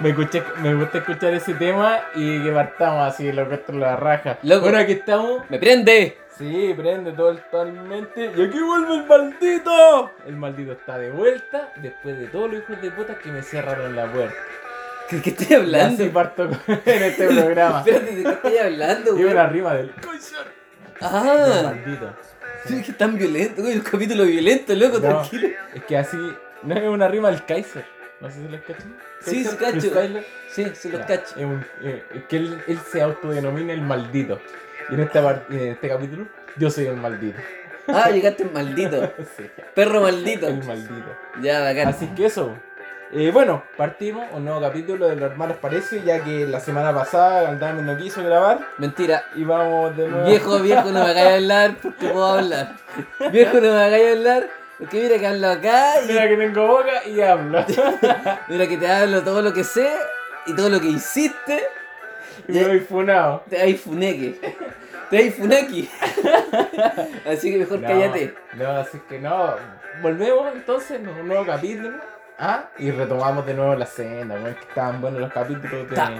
me, escuché- me gusta escuchar ese tema y que partamos así, lo que esto es la raja. Loco. Bueno, aquí estamos. ¡Me prende! Sí, prende totalmente. Y aquí vuelve el maldito. El maldito está de vuelta después de todos los hijos de puta que me cerraron la puerta. ¿Qué, qué estoy Y así hablando? parto con- en este programa. Espérate, ¿de qué estoy hablando, Y güey? una rima del del Ah, maldito. es que tan violento, güey, un capítulo violento, loco, No. tranquilo. Es que así. No es una rima del Kaiser. No sé si lo cachan. Sí, sí, Kaiser, cacho. freestyler. Sí, se los Ya, cacho. Es, un- eh, es que él, él se autodenomina el maldito. Y en, esta par- en este capítulo, yo soy el maldito. Ah, llegaste maldito. Sí, Perro maldito. el maldito. Ya, bacán. Así que eso. Eh, bueno, partimos un nuevo capítulo de Los Hermanos Parece, ya que la semana pasada Galdame no quiso grabar Mentira. y vamos de nuevo. Viejo, viejo, no me hagáis hablar porque puedo hablar. Viejo, no me hagáis hablar porque mira que hablo acá y Mira que tengo boca y hablo. mira que te hablo todo lo que sé y todo lo que hiciste. y me voy funado. Te hay funeque. Te hay funaki. Así que mejor No, cállate. No, así que no. Volvemos entonces a un nuevo capítulo. ¿ah? Y retomamos de nuevo la senda, weón, que estaban buenos los capítulos de... Ta.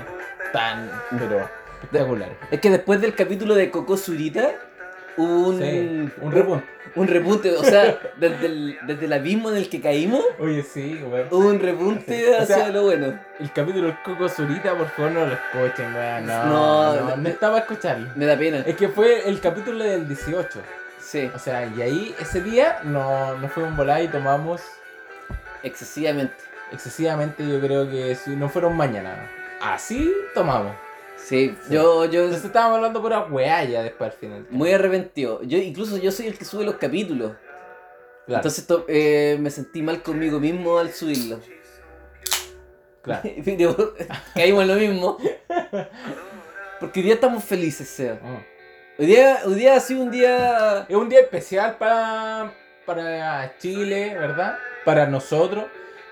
tan, pero espectaculares. Es que después del capítulo de Coco Zurita, hubo un, Sí, un repunte. un repunte. O sea, desde el, desde el abismo en el que caímos, Oye, sí, weón. hubo un repunte O hacia sea, lo bueno. El capítulo del Coco Zurita, por favor, no lo escuchen, weón. No, No, no, no, no- estaba a escucharlo. Me da pena. Es que fue el capítulo del 18. Sí, O sea, y ahí ese día no, nos fuimos volar y tomamos excesivamente. excesivamente, yo creo que si no fueron mañana. Así tomamos. Sí, Sí. yo, yo Entonces estábamos hablando pura weá ya después al final. muy arrepentido. Yo incluso yo soy el que sube los capítulos. Claro, Entonces to- eh, me sentí mal conmigo mismo al subirlo. claro. Pero Caímos en lo mismo. Porque hoy día estamos felices, Seba. Mm. Hoy día, hoy día ha sido un día. Es un día especial para, para Chile, ¿verdad? Para nosotros,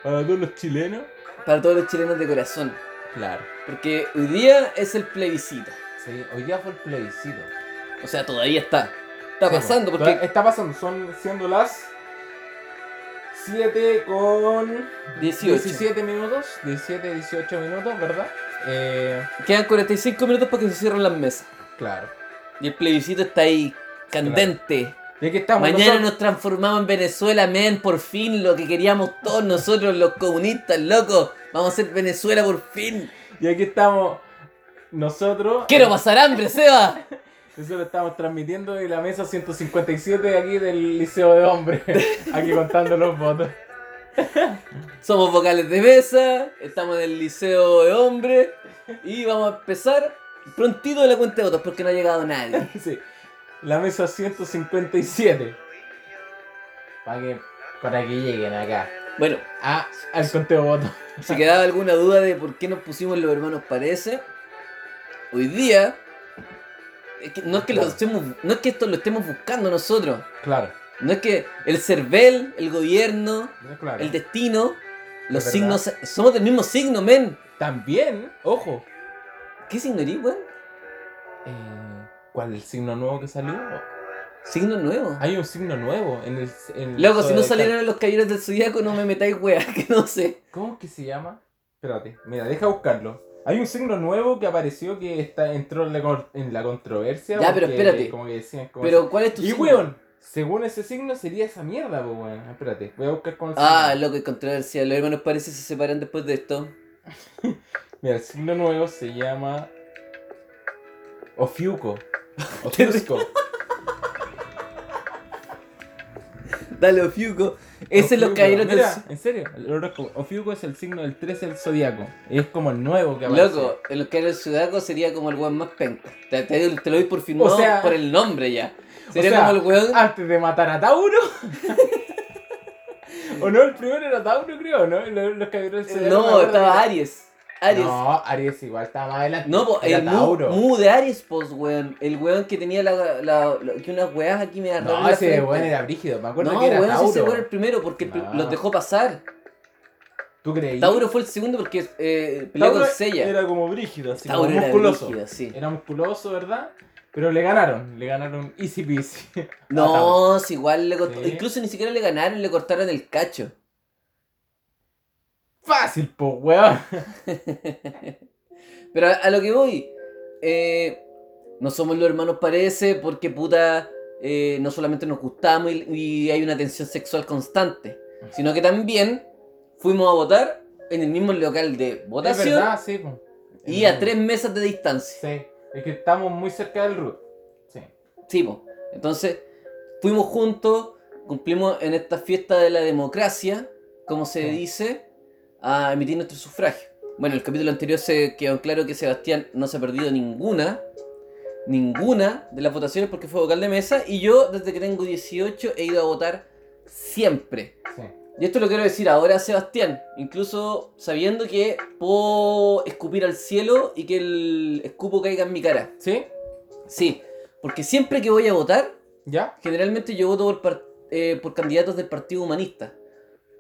para todos los chilenos. para todos los chilenos de corazón. Claro. Porque hoy día es el plebiscito. Sí, hoy día fue el plebiscito. O sea, todavía está. Está Sí, pasando, bueno, porque Está pasando, son siendo las 7 con 18. 17 minutos, 17, 18 minutos, ¿verdad? Eh, Quedan 45 minutos para que se cierren las mesas. claro. Y el plebiscito está ahí, candente. ¿De qué estamos? Mañana nosotros? nos transformamos en Venezuela, men, por fin, lo que queríamos todos nosotros, los comunistas, loco. Vamos a ser Venezuela por fin. Y aquí estamos nosotros. Quiero pasar hambre, Seba. Nosotros estamos transmitiendo de la mesa 157 de aquí del Liceo de Hombres. Aquí contando los votos. Somos vocales de mesa, estamos en el liceo de hombres y vamos a empezar prontito la cuenta de votos porque no ha llegado nadie. Sí. La mesa 157. Para que, para que lleguen acá. Bueno, Ah, al conteo de votos. si quedaba alguna duda de por qué nos pusimos los hermanos parece, hoy día es que no es que lo estemos, no es que esto lo estemos buscando nosotros, Claro. no es que el CERVEL, el gobierno, claro. el destino, los verdad. signos. Somos del mismo signo, men. También, ojo. ¿Qué signo eres, weón? eh, ¿Cuál el signo nuevo que salió? Signo nuevo. Hay un signo nuevo en el. En el Loco, si no zodiacal. salieron los caballeros del zodiaco, no me metáis wea, que no sé. ¿Cómo es que se llama? Espérate, mira, deja buscarlo. Hay un signo nuevo que apareció que está, entró en la, cor- en la controversia. Ya, pero porque espérate. Como que decían, como Pero, ¿cuál es tu Y signo? weón, según ese signo sería esa mierda, pues weón. Espérate, voy a buscar con el Ah, signo. loco, es controversia. Los hermanos parece se separan después de esto. Mira, el signo nuevo se llama. Ofiuco. Ofiusco. Dale, Ofiuco. Ese es los Ofiuco. caballeros del Mira, en serio, el horóscopo. Ofiuco es el signo del 13 del zodiaco. Es como el nuevo que aparece. Loco, en los caballeros del zodiaco sería como el weón más penca. Te, te- te lo doy por firmado O sea- por el nombre ya. O Sería sea, ah, como el weón. Antes de matar a Tauro. o no, el primero era Tauro, creo, ¿no? Los, los caballeros del Zodiaco, me no, acuerdo que- estaba Aries. Aries. No, Aries igual estaba más adelante. No, po, era el mu, Tauro. mu de Aries, pues, weón. El weón que tenía la, la- la- que unas weas aquí me agarraron. no, la ese frente. weón era brígido. Me acuerdo No, que era weón, Tauro. ese weón era el primero porque el pri- No. los dejó pasar. ¿Tú creí? Tauro fue el segundo porque eh, peleó con Sella. Era como brígido, así Tauro como era musculoso. brígido, sí. Era musculoso, ¿verdad? Pero le ganaron, le ganaron easy peasy. a Tauro. No, si igual le costó. Sí. Incluso ni siquiera le ganaron, le cortaron el cacho. fácil, po, weón. Pero a, a lo que voy, eh, no somos los hermanos parece porque puta, eh, no solamente nos gustamos y, y hay una tensión sexual constante, sino que también fuimos a votar en el mismo local de Es votación verdad, sí, po. y a Es tres mesas de distancia. Sí, es que estamos muy cerca del root. Sí. Sí, po. Entonces, fuimos juntos, cumplimos en esta fiesta de la democracia, como se Sí. dice, a emitir nuestro sufragio. Bueno, el capítulo anterior se quedó en claro que Sebastián no se ha perdido ninguna, ninguna de las votaciones porque fue vocal de mesa y yo desde que tengo 18 he ido a votar siempre. Sí. Y esto lo quiero decir ahora a Sebastián, incluso sabiendo que puedo escupir al cielo y que el escupo caiga en mi cara. ¿Sí? Sí, porque siempre que voy a votar, ¿Ya? generalmente yo voto por, par- eh, por candidatos del Partido Humanista.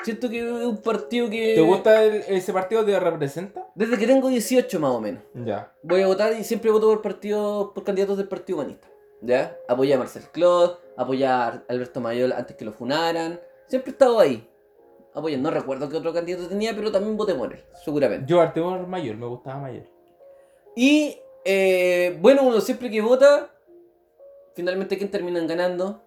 Siento que es un partido que... ¿Te gusta el- ese partido te representa? Desde que tengo 18 más o menos. Ya. Voy a votar y siempre voto por partido, por candidatos del Partido Humanista. ¿Ya? Apoyé a Marcel Claude, apoyé a Ar- Alberto Mayol antes que lo funaran. Siempre he estado ahí. Apoyé, no recuerdo qué otro candidato tenía, pero también voté por él, seguramente. Yo Artemor Mayor, me gustaba Mayor. Y eh, bueno, uno siempre que vota, finalmente ¿quién terminan ganando?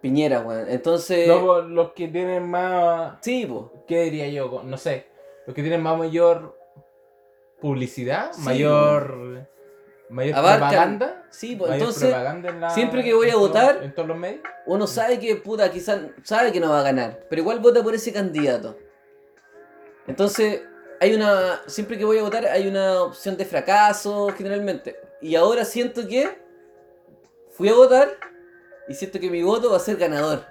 Piñera, weón. Entonces... Luego, los que tienen más. Sí, po. ¿Qué diría yo? No sé. Los que tienen más mayor publicidad, Sí. mayor. Mayor Abarcan. propaganda. Sí, pues mayor entonces propaganda en la- siempre que voy a en todos- votar- En todos los medios. uno sabe que puta, quizás sabe que no va a ganar, pero igual vota por ese candidato. Entonces, hay una. Siempre que voy a votar hay una opción de fracaso, generalmente. Y ahora siento que fui a votar y siento que mi voto va a ser ganador.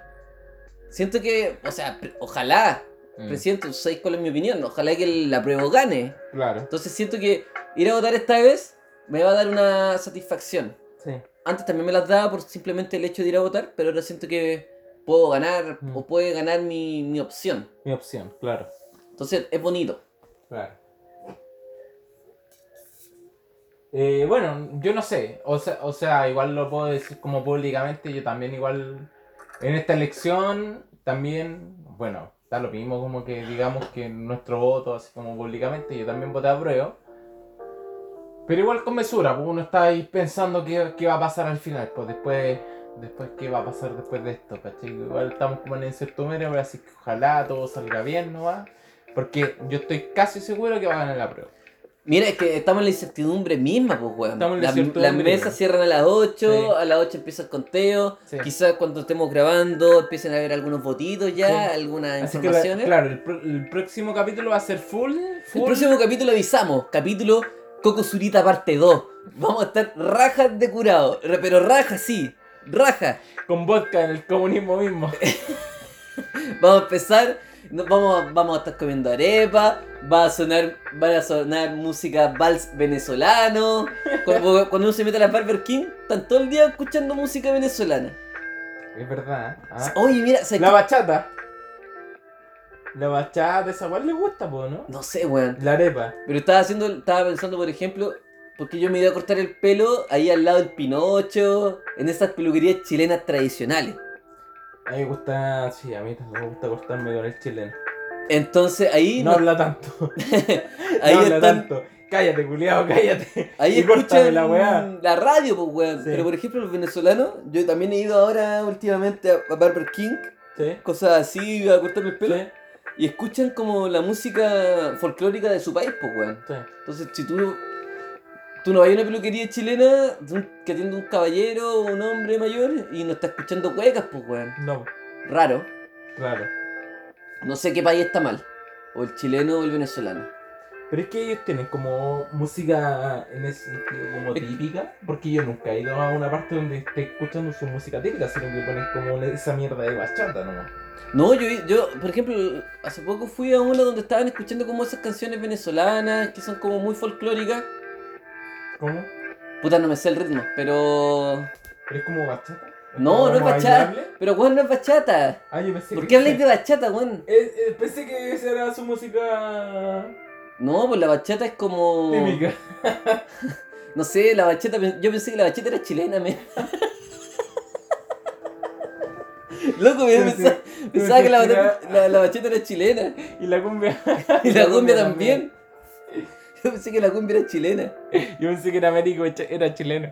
Siento que, o sea, pre- ojalá, Mm, presidente, ¿sabéis cuál es mi opinión? Ojalá que el apruebo gane. Claro. Entonces siento que ir a votar esta vez me va a dar una satisfacción. Sí. Antes también me las daba por simplemente el hecho de ir a votar, pero ahora siento que puedo ganar Mm. o puede ganar mi, mi opción. Mi opción, claro. Entonces es bonito. Claro. Eh, bueno, yo no sé. O sea, o sea, igual lo puedo decir como públicamente. Yo también igual en esta elección también, bueno, da lo mismo como que digamos que nuestro voto, así como públicamente, yo también voté a prueba. Pero igual con mesura, porque uno está ahí pensando qué, qué va a pasar al final, pues después, después qué va a pasar después de esto, ¿cachai? Igual estamos como en incertidumbre, pero así que ojalá todo salga bien, ¿no va? Porque yo estoy casi seguro que va a ganar la prueba. Mira, es que estamos en la incertidumbre misma, pues, weón. Estamos en la Las- incertidumbre las mesas misma. cierran a las 8, Sí. a las 8 empieza el conteo. Sí. Quizás cuando estemos grabando empiecen a haber algunos votitos ya, Sí. algunas Así que, informaciones. claro, el, pro- el próximo capítulo va a ser full, full. El próximo capítulo avisamos, capítulo Coco Zurita parte 2. Vamos a estar rajas de curado, re- pero rajas sí, rajas. con vodka en el comunismo mismo. Eh. Vamos a empezar, no- vamos, vamos a estar comiendo arepa, va a sonar, van a sonar música vals venezolano. Cuando, cuando uno se mete a la Barber King, están todo el día escuchando música venezolana. Es verdad. ¿eh? Ah. Oye, mira, ¿sabes La qué? bachata. La bachata, esa cual le gusta, po, ¿no? no sé, weón. La arepa. Pero estaba haciendo, estaba pensando, por ejemplo, porque yo me iba a cortar el pelo ahí al lado del Pinocho, en esas peluquerías chilenas tradicionales. A mí me gusta, sí, a mí también me gusta cortarme con el chileno. Entonces ahí, No no- habla tanto. ahí no habla están, tanto. Cállate, culiao, cállate. Ahí Y córtame escuchan la la, weá. radio, pues weón. Sí. Pero por ejemplo, los venezolanos, yo también he ido ahora últimamente a, a Barber King, Sí. cosas así, a cortarme el Sí. pelo. Y escuchan como la música folclórica de su país, pues weón. sí. Entonces, si tú, tú no vas a una peluquería chilena de un- que atiende un caballero o un hombre mayor y no está escuchando huecas, pues weón. No, Raro. claro. No sé qué país está mal. O el chileno o el venezolano. Pero es que ellos tienen como música en ese sentido como típica, porque yo nunca he ido a una parte donde esté escuchando su música típica, sino que ponen como esa mierda de bachata nomás. No, yo, yo, por ejemplo, hace poco fui a una donde estaban escuchando como esas canciones venezolanas que son como muy folclóricas. ¿Cómo? Puta, no me sé el ritmo, pero. ¿Pero es como bachata? No, como no es bachata. bailable? Pero, weón, no es bachata. Ah, yo pensé ¿Por que- qué habláis de bachata, weón? Eh, eh, pensé que esa era su música No, pues la bachata es como. típica. No sé, la bachata. Yo pensé que la bachata era chilena, me. Loco, me, Sí, pensaba, Pensaba que la, bata- la, la bachata era chilena. Y la cumbia. Y la cumbia también. Yo pensé que la cumbia era chilena. Yo pensé que era médico, era chileno.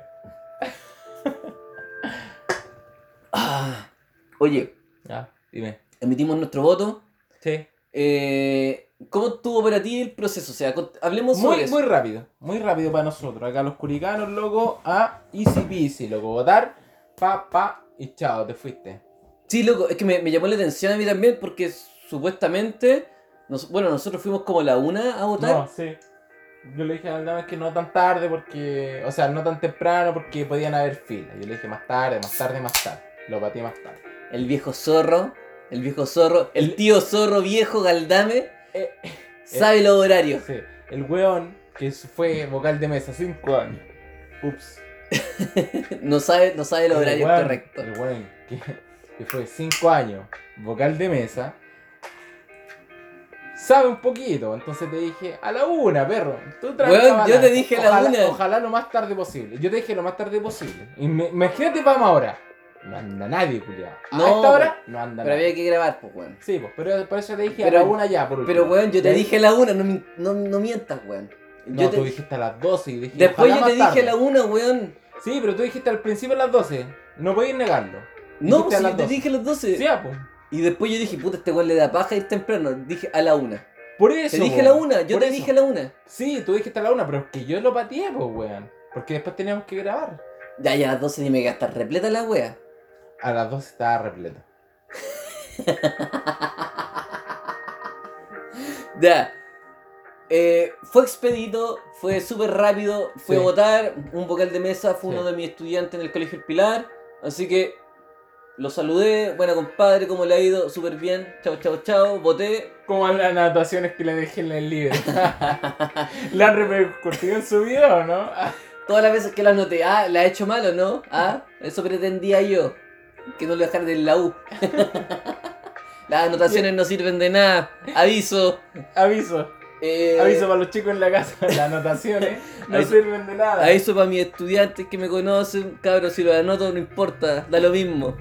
Ah. Oye, Ya, Ah, dime. emitimos nuestro voto. Sí. Eh, ¿Cómo estuvo para ti el proceso? O sea, cont- hablemos sobre Muy, eso. muy rápido, muy rápido para nosotros. Acá los curicanos, loco, a Easy Peasy, loco. Votar, pa, pa, y chao, te fuiste. Sí, loco, es que me, me llamó la atención a mí también porque supuestamente, nos- bueno, nosotros fuimos como la una a votar. No, sí. Yo le dije a la vez que no tan tarde porque. O sea, no tan temprano porque podían haber filas. Yo le dije más tarde, más tarde, más tarde. Lo batí más tarde. El viejo zorro, el viejo zorro, el tío zorro viejo Galdame Eh, sabe los horarios. Sí, el weón que fue vocal de mesa 5 años. Ups. No sabe, no sabe los horarios eh, weón- correctos. El weón que, que fue 5 años vocal de mesa. Sabe un poquito, entonces te dije a la una, perro. Tú tranca Weón, yo bala. te dije a la Ojalá- una. Ojalá lo más tarde posible. Yo te dije lo más tarde posible. Y me- imagínate, vamos ahora. No anda nadie, culiado. No, a esta hora no anda Pero nadie. había que grabar, pues, weón. Sí, pues, pero por eso te dije Pero- a la una ya. Por Pero, último. weón, yo te ¿Ya? dije a la una, no, mi- no, no mientas, weón. No, Yo te- tú dijiste a las 12 y dije. Después ojalá yo te dije más a tarde. la una, weón. Sí, pero tú dijiste al principio a las 12. No podéis negarlo. No, Dijiste a si las yo te 12. dije a las 12. Sí, ah, pues. Y después yo dije, puta, este weón le da paja ir temprano. Dije a la una. Por eso. te dije po, a la una, yo por te eso. dije a la una. Sí, tú dijiste a la una, pero es que yo lo pateé, pues, weón. Porque después teníamos que grabar. Ya, ya a las 12 dime que hasta repleta la wea. A las 12 estaba repleto. Ya. Eh, fue expedito, fue súper rápido, fue Sí. a votar, un vocal de mesa, fue Sí. uno de mis estudiantes en el Colegio El Pilar, así que lo saludé, bueno compadre, ¿cómo le ha ido? Súper bien, chao, chao, chao, voté. Como las anotaciones que le dejé en el libro. ¿La han repercutido en su video o no? Todas las veces que la anoté, ah, la he hecho mal o no, ah, eso pretendía yo, que no lo dejara en la U. Las anotaciones no sirven de nada, aviso. Aviso. Eh, Aviso para los chicos en la casa. Las anotaciones no Aviso- sirven de nada. A eso para mis estudiantes que me conocen, cabros, si lo anoto no importa, da lo mismo.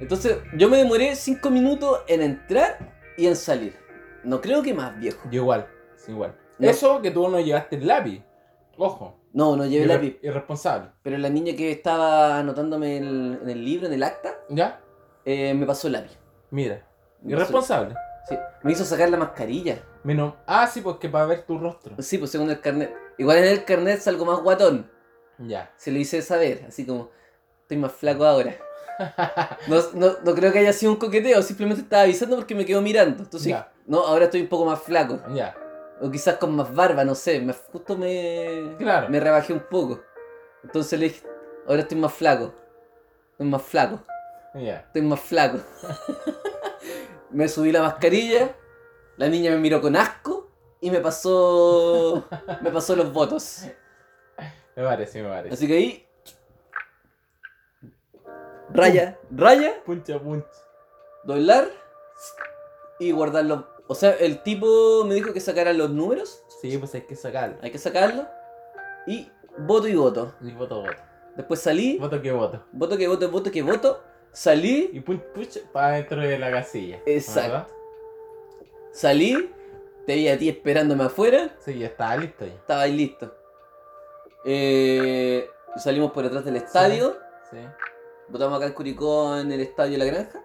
Entonces, yo me demoré 5 minutos en entrar y en salir. No creo que más viejo. Yo igual, sí, igual. No. Eso que tú no llevaste el lápiz. Ojo. No, no llevé Irre- lápiz. Irresponsable. Pero la niña que estaba anotándome en el, en el libro, en el acta, ¿Ya? eh, me pasó el lápiz. Mira. Me pasó- Irresponsable. Sí, me hizo sacar la mascarilla. Menos. Ah, sí, pues que para ver tu rostro. Sí, pues según el carnet. Igual en el carnet salgo más guatón. Ya. Se lo hice saber, así como, estoy más flaco ahora. No, no- no creo que haya sido un coqueteo, simplemente estaba avisando porque me quedo mirando. Entonces, Ya. no, ahora estoy un poco más flaco. Ya. O quizás con más barba, no sé. me- justo me, Claro. me rebajé un poco. Entonces le dije, ahora estoy más flaco. Estoy más flaco. Ya. Estoy más flaco. me subí la mascarilla, la niña me miró con asco y me pasó, me pasó los votos. Me parece, me parece. Así que ahí. Raya, raya, Puncha, puncha. doblar y guardarlo. O sea, el tipo me dijo que sacara los números, Sí, pues hay que sacarlo. hay que sacarlo. Y voto y voto. Y voto, voto. Después salí, Voto que voto. voto que voto, voto que voto. Salí, Y punch, punch para dentro de la casilla. Exacto. ¿verdad? salí, te vi a ti esperándome afuera, Sí, ya está listo ya. estaba ahí listo. Eh, salimos por atrás del estadio. Sí. Votamos acá en Curicó en el estadio de la granja.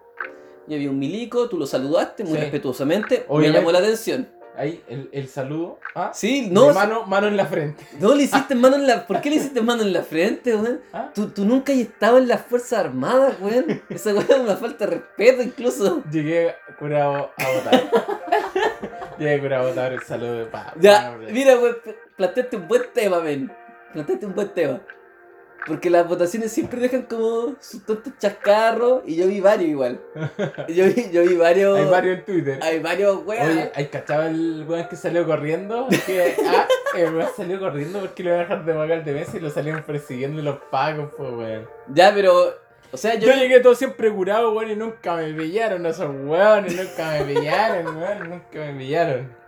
Y había un milico, tú lo saludaste muy Sí. respetuosamente. Obviamente. Me llamó la atención. Ahí el, el saludo. Ah, Sí, no. no, mano, mano en la frente. no le hiciste mano en la. ¿Por qué le hiciste mano en la frente, weón? Ah, Tú, tú nunca has estado en las Fuerzas Armadas, weón. Esa weón es una falta de respeto incluso. Llegué curado a votar. Llegué curado a votar el saludo de Ah, pa. Ya, pa- mira, weón, pl- planteaste un buen tema, men. Planteaste un buen tema. Porque las votaciones siempre dejan como sus tontos chascarros. Y yo vi varios igual. Yo vi, yo vi varios. Hay varios en Twitter. Hay varios, weón. Oye, ¿hay cachado el weón que salió corriendo? Que, ah, el weón salió corriendo porque lo iban a dejar de pagar de mesa y lo salieron persiguiendo los pagos, pues weón. Ya, pero. O sea, yo. Yo llegué todo siempre curado, weón, y nunca me pillaron esos weones, nunca me pillaron, weón, nunca me pillaron.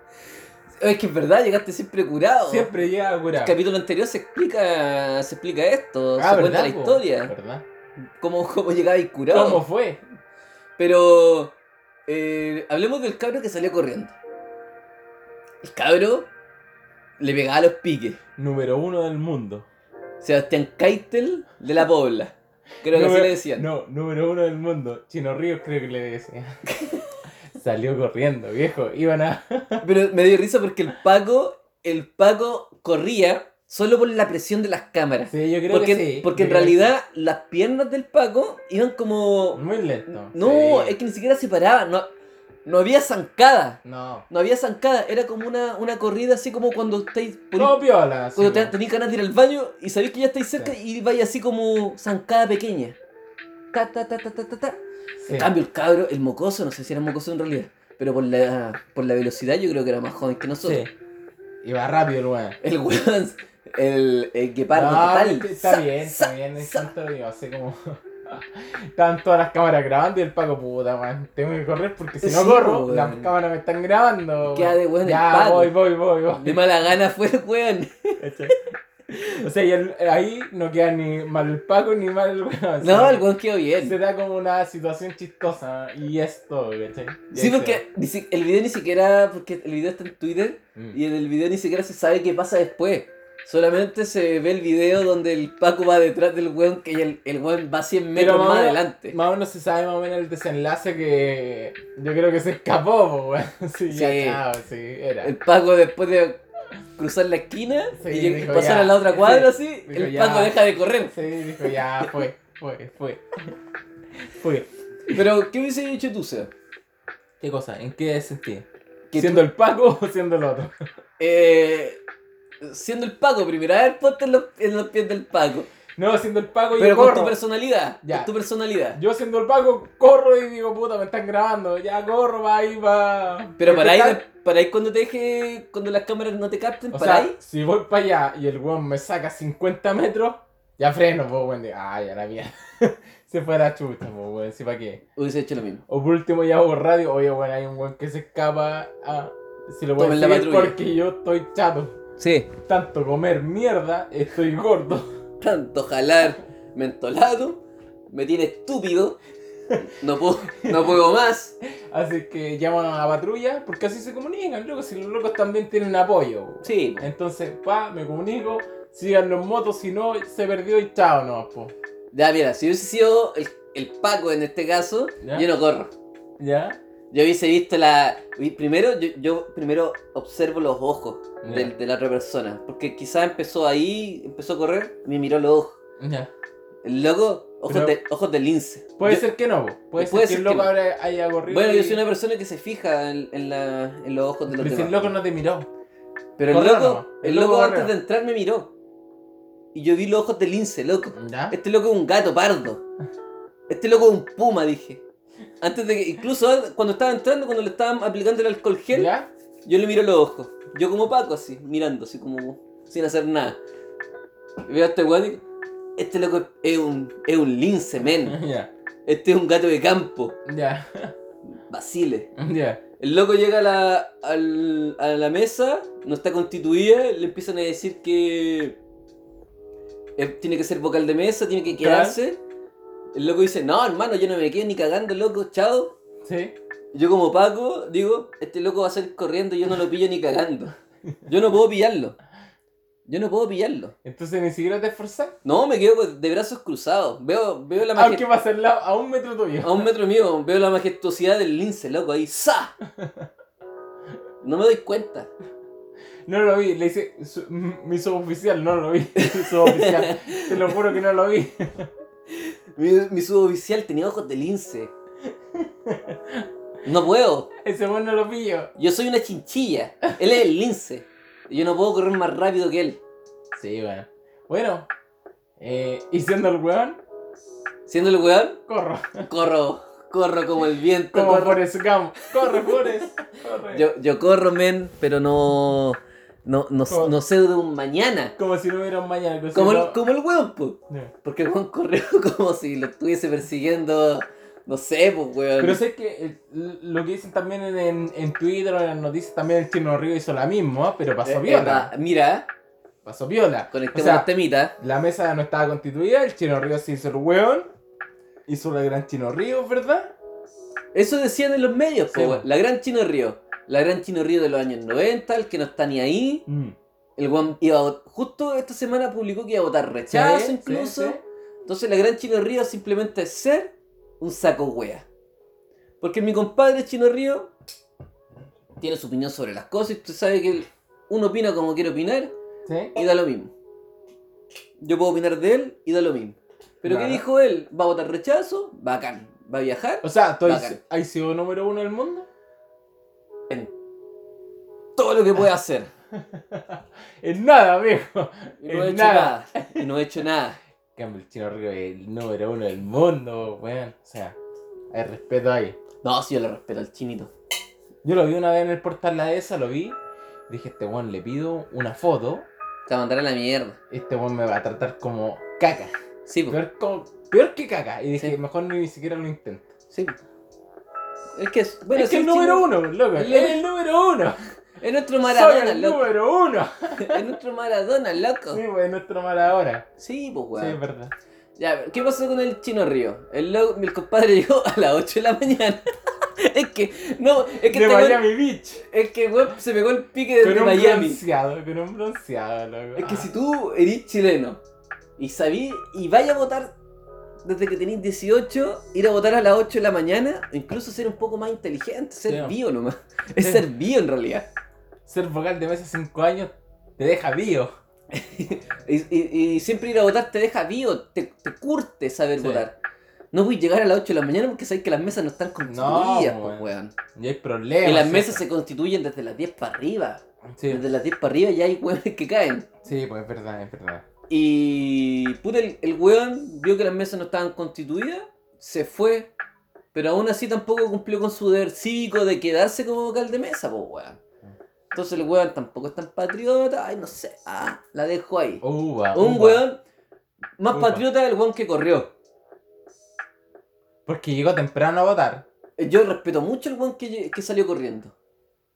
Es que es verdad, llegaste siempre curado. Siempre llegaba El curado. capítulo anterior se explica, se explica esto, se cuenta la Ah, po? historia. ¿Verdad? Cómo, cómo llegabais curado. ¿Cómo fue? Pero eh, hablemos del cabro que salió corriendo. El cabro le pegaba los piques. Número uno del mundo. Sebastián Keitel de la Pobla. Creo que así Número- le decían. No, número uno del mundo. Chino Ríos creo que le decían. Salió corriendo, viejo. Iban a. Pero me dio risa porque el Paco, el Paco corría solo por la presión de las cámaras. Sí, yo creo porque que sí. porque en Yo creo que realidad las piernas del Paco iban sí. como... Muy lento. No, sí. es que ni siquiera se paraban. No, no había zancada. No. No había zancada. Era como una, una corrida así como cuando estáis... por- No, piola. sí, Cuando te- po. tenéis ganas de ir al baño y sabéis que ya estáis cerca y vais así como zancada pequeña. Ta, ta, ta, ta, ta, ta, ta. Sí. En cambio, el cabro, el mocoso, no sé si era mocoso en realidad, pero por la, por la velocidad yo creo que era más joven que nosotros. Sí. Iba rápido el weón. El weón, el, el guepardo No, este total. Está Sa, bien, está sa, bien. Es sa. tanto, digo, así como. Estaban todas las cámaras grabando y el Paco, puta, weón. Tengo que correr porque si no Sí, pues, corro, weón. las cámaras me están grabando. Queda de weón el Ya, Paco. voy, voy, voy, voy. De mala gana fue el weón. ¿Cachai? O sea, y el- ahí no queda ni mal el Paco ni mal el weón. No, el el weón quedó Se bien. da como una situación chistosa y es todo, ¿cachai? Y Sí, ahí se porque ni si- el video ni siquiera. Porque el video está en Twitter va. Mm. y en el video ni siquiera se sabe qué pasa después. Solamente se ve el video donde el Paco va detrás del weón que el, el weón va 100 metros Pero más más o menos- adelante. Más o menos se sabe más o menos el desenlace que yo creo que se escapó, po, weón. Sí, Sí. ya, chao, sí, era. El Paco después de cruzar la esquina Sí, y lleg- dijo, pasar ya. a la otra cuadra así, dijo, el ya. Paco deja de correr. Sí, dijo, ya, fue, fue, fue. Fue. Pero, ¿qué hubiese hecho tú, Seba? ¿Qué cosa? ¿En qué sentido? Que ¿Siendo el Paco o siendo el otro? Eh, siendo el Paco primero. A ver, ponte en los, en los pies del Paco. No, siendo el Paco yo Pero con tu corro. personalidad. Ya. Con tu personalidad. Yo siendo el Paco corro y digo, puta, me están grabando, ya corro, va ahí, va. Pero para ahí, Intentar- para ahí cuando te deje, cuando las cámaras no te capten, O para sea, ahí. si voy para allá y el weón me saca 50 metros, ya freno, pues weón. digo, Ay, a la mía. se fue a la chuta, pues weón. Si para qué. Hubiese hecho lo mismo. O por último ya hago radio. Oye, weón, hay un weón que se escapa. ah, si lo voy Tomen a la decir patrulla. porque yo estoy chato. Sí. Tanto comer mierda, estoy gordo. Tanto jalar mentolado. Me tiene estúpido. No puedo, no puedo más. Así que llaman a la patrulla porque así se comunican, loco. Si los locos también tienen apoyo. weón. Sí. Entonces, pa, me comunico. Sigan los motos, si no, se perdió y chao, no, po. Ya, mira, si hubiese sido el, el Paco en este caso, Ya. yo no corro. ¿Ya? Yo hubiese visto la. vi- Primero, yo, yo primero observo los ojos del- de, Ya. la otra persona. Porque quizás empezó ahí, empezó a correr, me miró los ojos. Ya. El loco, ojos, Pero- de, ojos de lince. Puede Yo- ser que no, po. puede, Puede ser que ser el loco que no. ahora haya corrido. Bueno, y- yo soy una persona que se fija en, en la- en los ojos de los Pero si demás. el loco no te miró. Pero el corrió loco, nomás. el El loco loco antes de corrió. entrar me miró. Y yo vi los ojos de lince, loco. ¿Ya? Este loco es un gato pardo. Este loco es un puma, dije. Antes de que, incluso antes- cuando estaba entrando, cuando le estaban aplicando el alcohol gel, ¿Ya? yo le miro los ojos. Yo como Paco, así, mirando, así como sin hacer nada. Y veo a este weón y digo, este loco es un, es un lince, men. Ya, Este es un gato de campo. ya, Basile. ya. El loco llega a la, al- a la mesa, no está constituida, le empiezan a decir que eh, tiene que ser vocal de mesa, tiene que Claro. quedarse. El loco dice, no hermano, yo no me quedo ni cagando, loco, chao. Sí. Yo como Paco digo, este loco va a salir corriendo, yo no lo pillo ni cagando. Yo no puedo pillarlo. Yo no puedo pillarlo. Entonces ni siquiera te esforzaste. No, me quedo con- de brazos cruzados. Veo, veo la majestad. Aunque vas al lado, a un metro tuyo. A un metro mío veo la majestuosidad del lince, loco, ahí. ¡Sa! No me doy cuenta. No lo vi, le hice su- m- mi suboficial, no lo vi. Suboficial. te lo juro que no lo vi. Mi, mi suboficial tenía ojos de lince. No puedo. Ese weón no lo pillo. Yo soy una chinchilla. Él es el lince. Y Yo no puedo correr más rápido que él. Sí, bueno. Bueno. Eh, y siendo el weón, Siendo el weón, corro. corro. Corro como el viento. Como corro. Forrest Gump. Corre, Forrest. Corre. Yo, yo corro, men, pero no. No, no, Como- no sé de un mañana. Como si no hubiera un mañana. como si Como el, no- como el weón, po. Porque el weón corrió como si lo estuviese persiguiendo. No sé, pues, weón. Pero sé que eh, lo que dicen también en, en, en Twitter o en las noticias, también el Chino Río hizo la misma, ¿ah? pero pasó Eh, viola. epa, mira, Pasó viola. conectemos O sea, los temitas. La mesa no estaba constituida, el Chino Río se hizo el weón, hizo la gran Chino Río, ¿verdad? Eso decían en los medios, po, Sí. weón. La gran Chino Río. La gran Chino Río de los años 90, el que no está ni ahí. Mm. El guan iba a vot- Justo esta semana publicó que iba a votar rechazo Sí, incluso. sí, sí. Entonces la gran Chino Río simplemente es ser un saco wea. Porque mi compadre Chino Río tiene su opinión sobre las cosas y tú sabes que él- uno opina como quiere opinar Sí. y da lo mismo. Yo puedo opinar de él y da lo mismo. Pero ¿qué Claro. dijo él? ¿Va a votar rechazo? Bacán. ¿Va a viajar? O sea, ¿tú Bacán. has, has sido número uno del mundo? En todo lo que puede hacer. En nada, viejo. Y no En he hecho nada. nada. Y no he hecho nada. En cambio, el chino Río es el número uno del mundo, weón. O sea, hay respeto ahí. No, sí, yo le respeto al chinito. Yo lo vi una vez en el portal La Dehesa, lo vi. Dije, este weón le pido una foto. Te va a mandar a la mierda. Este weón me va a tratar como caca. Sí, pues. Peor, como- peor que caca. Y dije, Sí. mejor ni siquiera lo intento. Sí. Es que es, bueno, es que sí, el número chino- uno, loco. El- Es el número uno. Es nuestro Soy Maradona, el loco. número uno. Es nuestro Maradona, loco. Sí, pues nuestro Maradona. Sí, pues, Sí, es weón. verdad. Ya, ¿qué pasó con el Chino Río? El, lo- el compadre llegó a las 8 de la mañana. es que, no, es que este de weón- Miami Beach. es que, weón, se pegó el pique Con desde un Miami. bronceado, con un bronceado, loco. Es que Ah. si tú eres chileno y sabí y vaya a votar desde que tenés 18, ir a votar a las 8 de la mañana, incluso ser un poco más inteligente, ser Sí. bio nomás. Es Sí. ser bio en realidad. ser vocal de mesa 5 años te deja vivo. Y, y- y siempre ir a votar te deja vivo, te, te curte saber Sí. votar. No voy a llegar a las 8 de la mañana porque sabes que las mesas no están construidas, No, pues, weón. weón. Y hay problemas. Y las mesas ¿cierto? se constituyen desde las 10 para arriba. Desde Sí, las 10 para arriba ya hay weones que caen. sí, pues es verdad, es verdad. Y puta, el, el weón vio que las mesas no estaban constituidas, se fue, pero aún así tampoco cumplió con su deber cívico de quedarse como vocal de mesa, pues weón. Entonces el weón tampoco es tan patriota, ay no sé, ah, la dejo ahí. Oh, Uva, Un uva. weón más Upa. patriota del weón que corrió. Porque llegó temprano a votar. Eh, Yo respeto mucho el weón que, lle- que salió corriendo.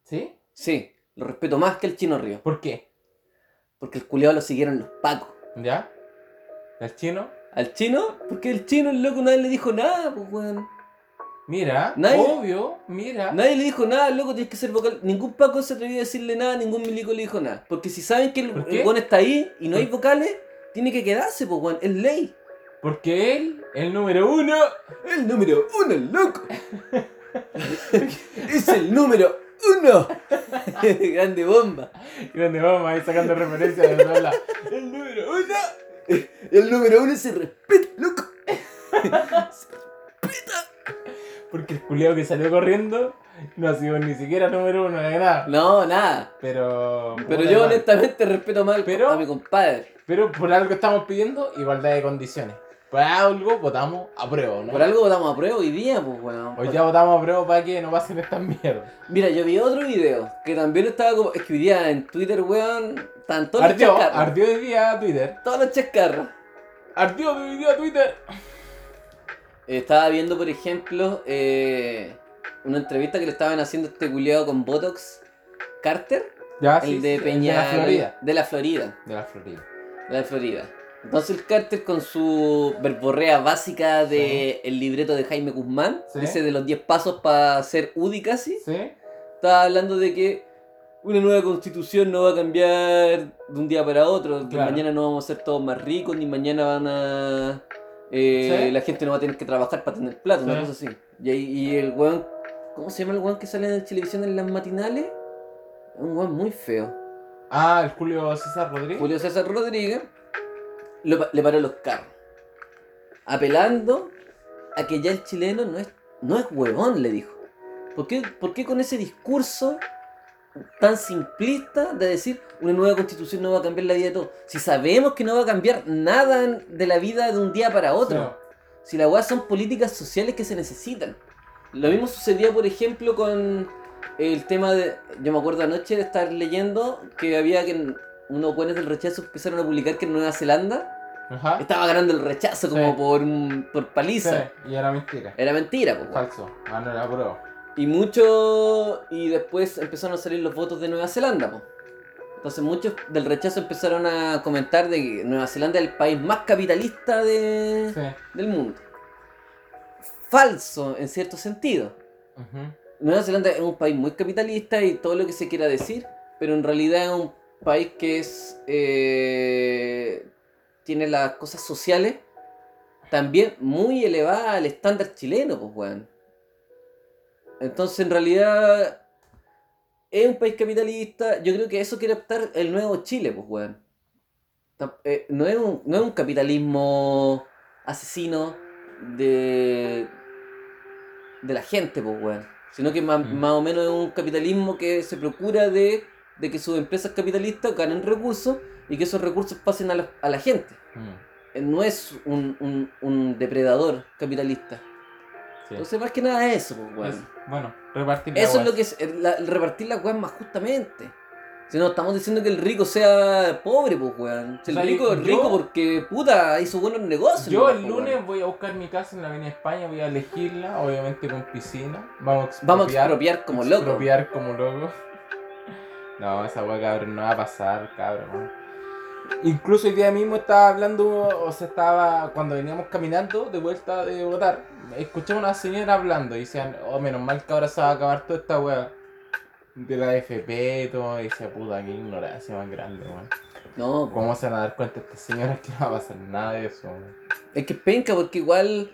¿Sí? Sí, lo respeto más que el chino río. ¿Por qué? Porque el culiao lo siguieron los pacos. ¿Ya? ¿El chino? Al chino, porque el chino, el loco, nadie le dijo nada, pues weón. Mira, Nadie- obvio, mira. Nadie le dijo nada, loco, tienes que ser vocal. Ningún Paco se atrevió a decirle nada, ningún milico le dijo nada. Porque si saben que el, ¿Por el qué? weón está ahí y no ¿Por- hay vocales, tiene que quedarse, pues weón, es ley. Porque él, el número uno. El número uno, loco. es el número uno. Grande bomba. Y donde vamos ahí sacando referencias de todos lados. El número uno. El número uno se respeta, loco. Porque el culiao que salió corriendo no ha sido ni siquiera número uno de nada. No, nada. Pero. Pero puta, yo igual. honestamente respeto más al- Pero- a mi compadre. Pero por algo estamos pidiendo igualdad de condiciones. Por algo votamos a prueba, ¿no? Por algo votamos a prueba hoy día, pues weón. Hoy ya votamos a prueba para que no pasen estas mierdas. Mira, yo vi otro video que también estaba como. Es que hoy día en Twitter, weón, estaban todos los Ardió, chascarros. ardió de día Twitter. Todos los chascarros. Ardió de día Twitter. Estaba viendo, por ejemplo, eh, una entrevista que le estaban haciendo a este culiado con Botox Carter, Ya, Ah, sí, el de sí, De Peña. la Florida. De la Florida. De la Florida. de la Florida. Entonces el Carter con su verborrea básica de el libreto de Jaime Guzmán, Sí. dice de los 10 pasos para ser UDI casi, ¿Sí? estaba hablando de que una nueva constitución no va a cambiar de un día para otro, que Claro. mañana no vamos a ser todos más ricos, ni mañana van a... eh, Sí. La gente no va a tener que trabajar para tener plata, una Sí. cosa así. Y, ahí- y el weón, ¿cómo se llama el weón que sale en la televisión en las matinales? Un weón muy feo. Ah, el Julio César Rodríguez. Julio César Rodríguez lo pa- le paró los carros, apelando a que ya el chileno no es, no es huevón, le dijo. ¿Por qué, por qué con ese discurso tan simplista de decir una nueva constitución no va a cambiar la vida de todos? Si sabemos que no va a cambiar nada en- de la vida de un día para otro. Si la weá son políticas sociales que se necesitan. Lo mismo sucedía, por ejemplo, con el tema de. Yo me acuerdo anoche de estar leyendo que había que en- unos buenos del rechazo empezaron a publicar que en Nueva Zelanda Sí. Ajá. estaba ganando el rechazo como Sí. por, un- por Sí, paliza. y era mentira. Era mentira, po, weón. Falso. Ah, no era prueba. Y mucho. Y después empezaron a salir los votos de Nueva Zelanda, po. Entonces muchos del rechazo empezaron a comentar de que Nueva Zelanda es el país más capitalista de Sí. del mundo. Falso en cierto sentido. Ujú. Nueva Zelanda es un país muy capitalista y todo lo que se quiera decir, pero en realidad es un país que es eh, tiene las cosas sociales también muy elevadas al estándar chileno, pues weón. Entonces en realidad es un país capitalista, yo creo que eso quiere optar el nuevo Chile, pues weón. Tam- eh, no, es un, no es un capitalismo asesino de, de la gente, pues weón. Sino que más, Mm. más o menos es un capitalismo que se procura de, de que sus empresas capitalistas ganen recursos y que esos recursos pasen a la, a la gente. Mm, Eh, No es un, un, un depredador capitalista. sí. Entonces, más que nada es eso, pues, weón. Es- bueno, repartir la Eso es guasa. lo que es eh, la- el repartir las weas más justamente. Si no estamos diciendo que el rico sea pobre, pues weón. Si el O sea, rico es yo- rico porque puta hizo buenos negocios. Yo nomás, el pues, lunes weón. voy a buscar mi casa en la Avenida España, voy a elegirla, obviamente con piscina. Vamos a expropiar, Vamos a expropiar como loco. expropiar como loco. No, esa weá, cabrón, no va a pasar, cabrón. weón. Incluso hoy día mismo estaba hablando, o sea, estaba cuando veníamos caminando de vuelta de votar, escuché a una señora hablando y decían, oh, menos mal que ahora se va a acabar toda esta weá de la FP y todo, y decía, puta, qué ignorancia más grande, weón. No, ¿Cómo se van a dar cuenta estas señoras que no va a pasar nada de eso, weón? es que es penca porque igual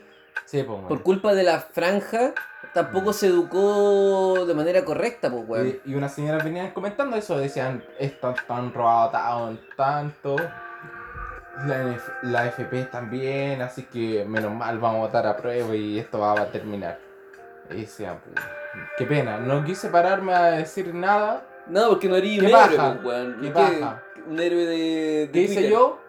Sí, pues, weón. por culpa de la franja tampoco se educó de manera correcta, pues weón. Y, y unas señoras venían comentando eso, decían, están tan robados tanto, la, NF la FP también, así que menos mal vamos a votar a prueba y esto va a terminar. Y decían, "Pu- qué pena, no quise pararme a decir nada. No, porque no haría un ¿Qué héroe, baja? pues, weón. ¿Qué ¿Qué- baja? Un héroe de. de ¿Qué hice Twitter? yo?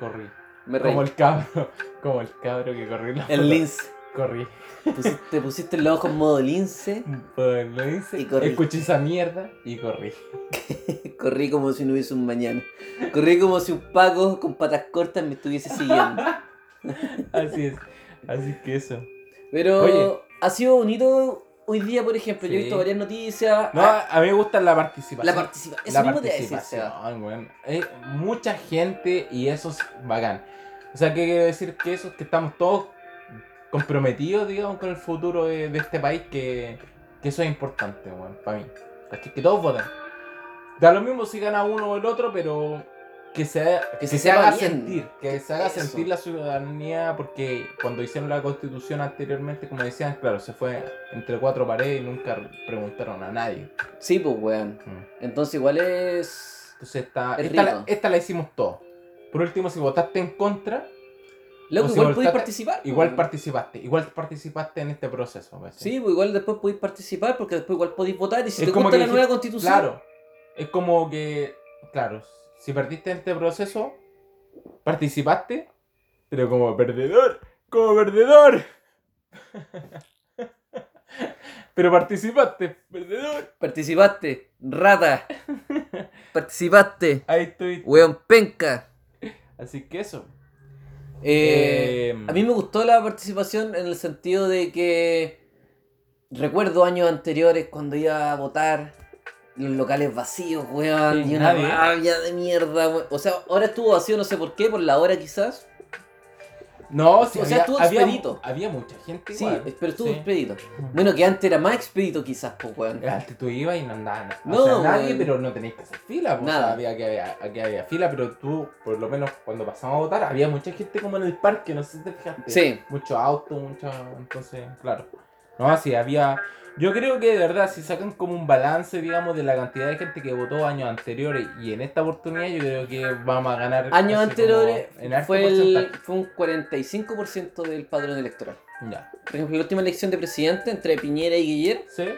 Corrí. Me reí. Como el cabro, como el cabro que corrió la El foto. lince. Corrí. Pusiste- te pusiste los ojos en modo lince. Pues lo hice, Y corrí. escuché esa mierda y corrí. Corrí como si no hubiese un mañana. Corrí como si un Paco con patas cortas me estuviese siguiendo. Así es. Así que eso. Pero Oye. ha sido bonito hoy día, por ejemplo. Yo he Sí. visto varias noticias. No, Ah, a mí me gusta la participación. la participación. Eso mismo te iba a decir, Seba. participación, weón. Hay mucha gente y eso es bacán. O sea, que quiero decir que eso es que estamos todos comprometidos, digamos, con el futuro de, de este país, que, que eso es importante, weón, para mí. Que, que todos voten. Da lo mismo si gana uno o el otro, pero que se, que se se, sepa haga bien. sentir, que se haga Eso. sentir la ciudadanía, porque cuando hicieron la constitución anteriormente, como decían, claro, se fue entre cuatro paredes y nunca preguntaron a nadie. Sí, pues, weón. Mm. Entonces, igual es. Entonces esta, Es esta, rico. la, esta la hicimos todos. Por último, si votaste en contra, Loco, O sea, igual igual podéis está- participar. pues, igual weón. participaste. Igual participaste en este proceso. ¿me Sí, decís? pues igual después podéis participar porque después igual podéis votar y si Es te como gusta que la nueva dijiste- constitución. Claro. Es como que, claro, si perdiste en este proceso, participaste, pero como perdedor, como perdedor. pero participaste, perdedor. Participaste, rata. participaste, Ahí estoy. weón penca. Así que eso. Eh, Eh, a mí me gustó la participación en el sentido de que recuerdo años anteriores cuando iba a votar los locales vacíos, weón, Sí, y una nadie. rabia de mierda, weón. O sea, ahora estuvo vacío, no sé por qué, por la hora quizás. No, sí, o sea, había, estuvo había- expedito. había mucha gente. Sí, igual. pero estuvo Sí. expedito. Bueno, que antes era más expedito quizás, pues, weón. Antes tú ibas y no andaban. No, No, o sea, nadie, weón. pero no tenéis que hacer fila. pues, o sea, Nada. había que había, aquí había fila, pero tú, por lo menos cuando pasamos a votar, había mucha gente como en el parque, no sé si te fijaste. Sí. Mucho auto, mucho. Entonces, claro. No, así había. Yo creo que de verdad, si sacan como un balance, digamos, de la cantidad de gente que votó años anteriores y en esta oportunidad, yo creo que vamos a ganar. Años así como anteriores en alto fue, el, porcentaje. fue un 45% del padrón electoral. Ya. Por ejemplo, la última elección de presidente entre Piñera y Guillermo, Sí.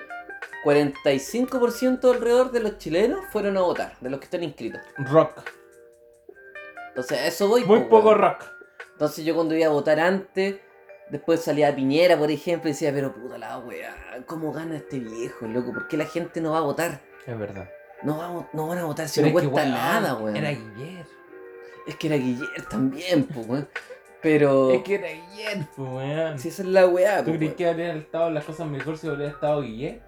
45% alrededor de los chilenos fueron a votar, de los que están inscritos. Rock. Entonces, a eso voy. Muy po, poco pues, weón. rock. Entonces, yo cuando iba a votar antes, después salía a Piñera, por ejemplo, y decía, pero puta la weá, ¿cómo gana este viejo, loco? ¿Por qué la gente no va a votar? Es verdad. No, va a vo- no van a votar si Pero no es que, cuesta weón, nada, weón. Era Guillermo. Es que era Guillermo también, pues, weón. Pero. Es que era Guillet, pues, weón. Si esa es la weá, ¿Tú po, crees weón. que habrían estado las cosas mejor si hubiera estado Guillet?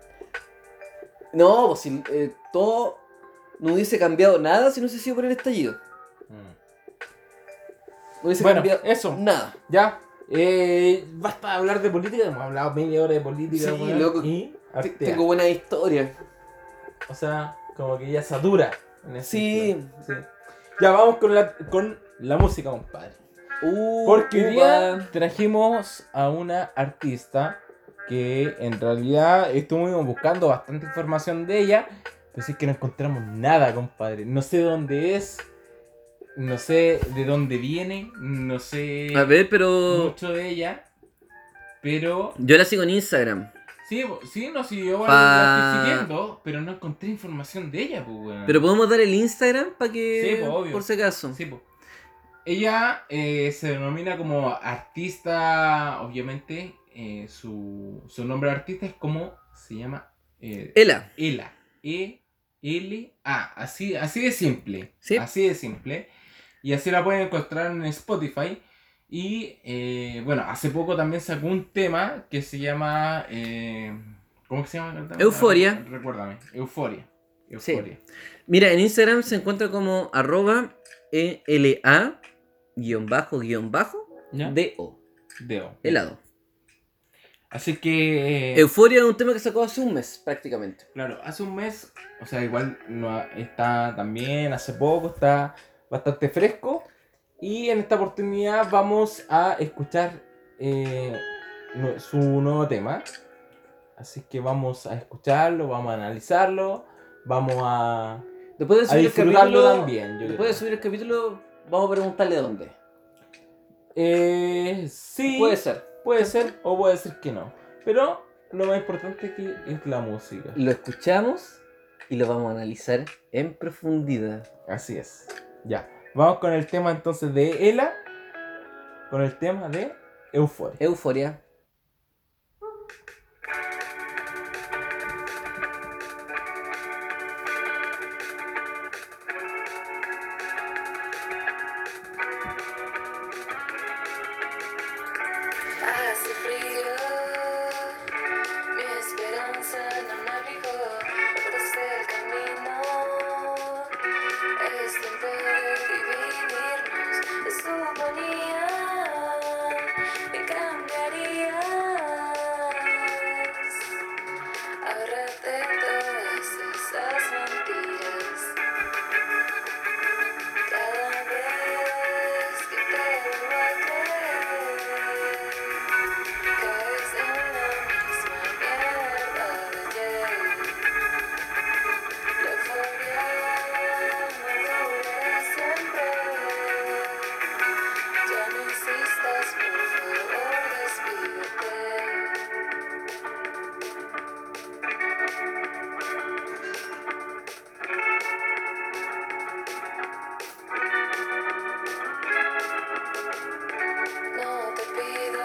No, pues si eh, todo no hubiese cambiado nada si no hubiese sido Mm. por el estallido. No hubiese Bueno, cambiado eso. nada. Ya. Eh, basta de hablar de política, hemos hablado media hora de política, Sí, weón, loco. Y Te- artea. Tengo buenas historias. O sea, como que ya satura. en ese Sí. sentido. sí. Ya vamos con la, con la música, compadre. Uh, Porque hoy día Cuba. trajimos a una artista que en realidad estuvimos buscando bastante información de ella, pero es que no encontramos nada, compadre. No sé dónde es, no sé de dónde viene, no sé A ver, pero. mucho de ella, pero Yo la sigo en Instagram. sí, bo- sí, no, sí, yo igual Pa- la estoy siguiendo, pero no encontré información de ella, pues, weón. Pero podemos dar el Instagram para que. Sí, pues, obvio. Por si acaso. Sí, po. Ella eh, se denomina como artista, obviamente. eh, su, su nombre de artista es como se llama eh, Ela. Ela. E-L-A. Así, así de simple. Sí. Así de simple. Y así la pueden encontrar en Spotify. Y eh, bueno, hace poco también sacó un tema que se llama. eh, ¿Cómo se llama? Euforia. Recuérdame. Euforia. Euforia. Mira, en Instagram se encuentra como arroba ELA guión bajo guión bajo ¿Ya? DO. Deo. Helado. Así que. eh, Euforia es un tema que sacó hace un mes prácticamente. Claro, hace un mes, o sea, igual no ha- está también, hace poco, está bastante fresco. Y en esta oportunidad vamos a escuchar eh, nu- su nuevo tema. Así que vamos a escucharlo, vamos a analizarlo, vamos a, Después de a subir el disfrutarlo capítulo. también. yo Después de creo. subir el capítulo, vamos a preguntarle dónde. Eh, sí, Puede ser. puede ser o puede ser que no. Pero lo más importante aquí es la música. Lo escuchamos y lo vamos a analizar en profundidad. Así es. Ya. Vamos con el tema entonces de Ela. Con el tema de Euforia. Euforia. Hace frío, mi esperanza no navegó desde el camino. Es tiempo de dividirnos, se suponía que cambiarías. Ahorrate todas esas mentiras. Cada vez que te vuelvo a creer, caes en la misma mierda de ayer. La euforia no dura siempre. Ya no insistas, por favor, despídete. No te pido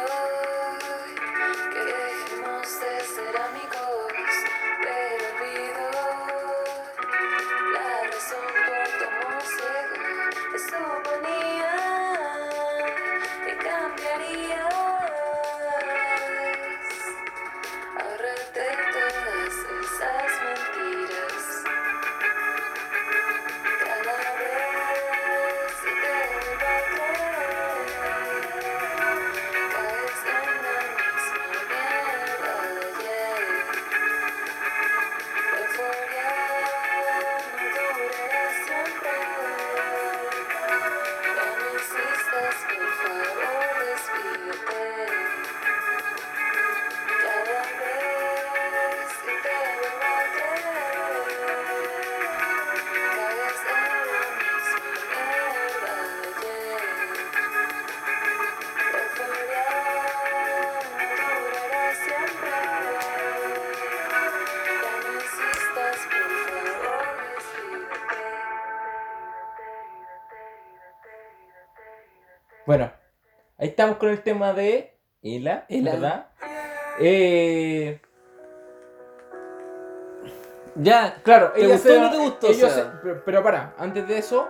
que dejemos de ser amigos, pero olvido la razón por tu amor ciego. Me suponía que cambiarías. Ahorrate todas esas mentiras. Cada vez que te vuelvo a creer, caes en la misma mierda de ayer. La euforia no durará siempre. Ya no insistas, por favor, despídete. Cada vez que te vuelvo a creer, caes en la misma mierda de ayer. La euforia no durará siempre. Ya no insistas, por favor, despídete. Bueno, ahí estamos con el tema de Ela. Ela. ¿Verdad? Eh, Ya. claro, ¿Te ella gustó se- o no te gustó, ella o sea? se- pero, pero para, antes de eso,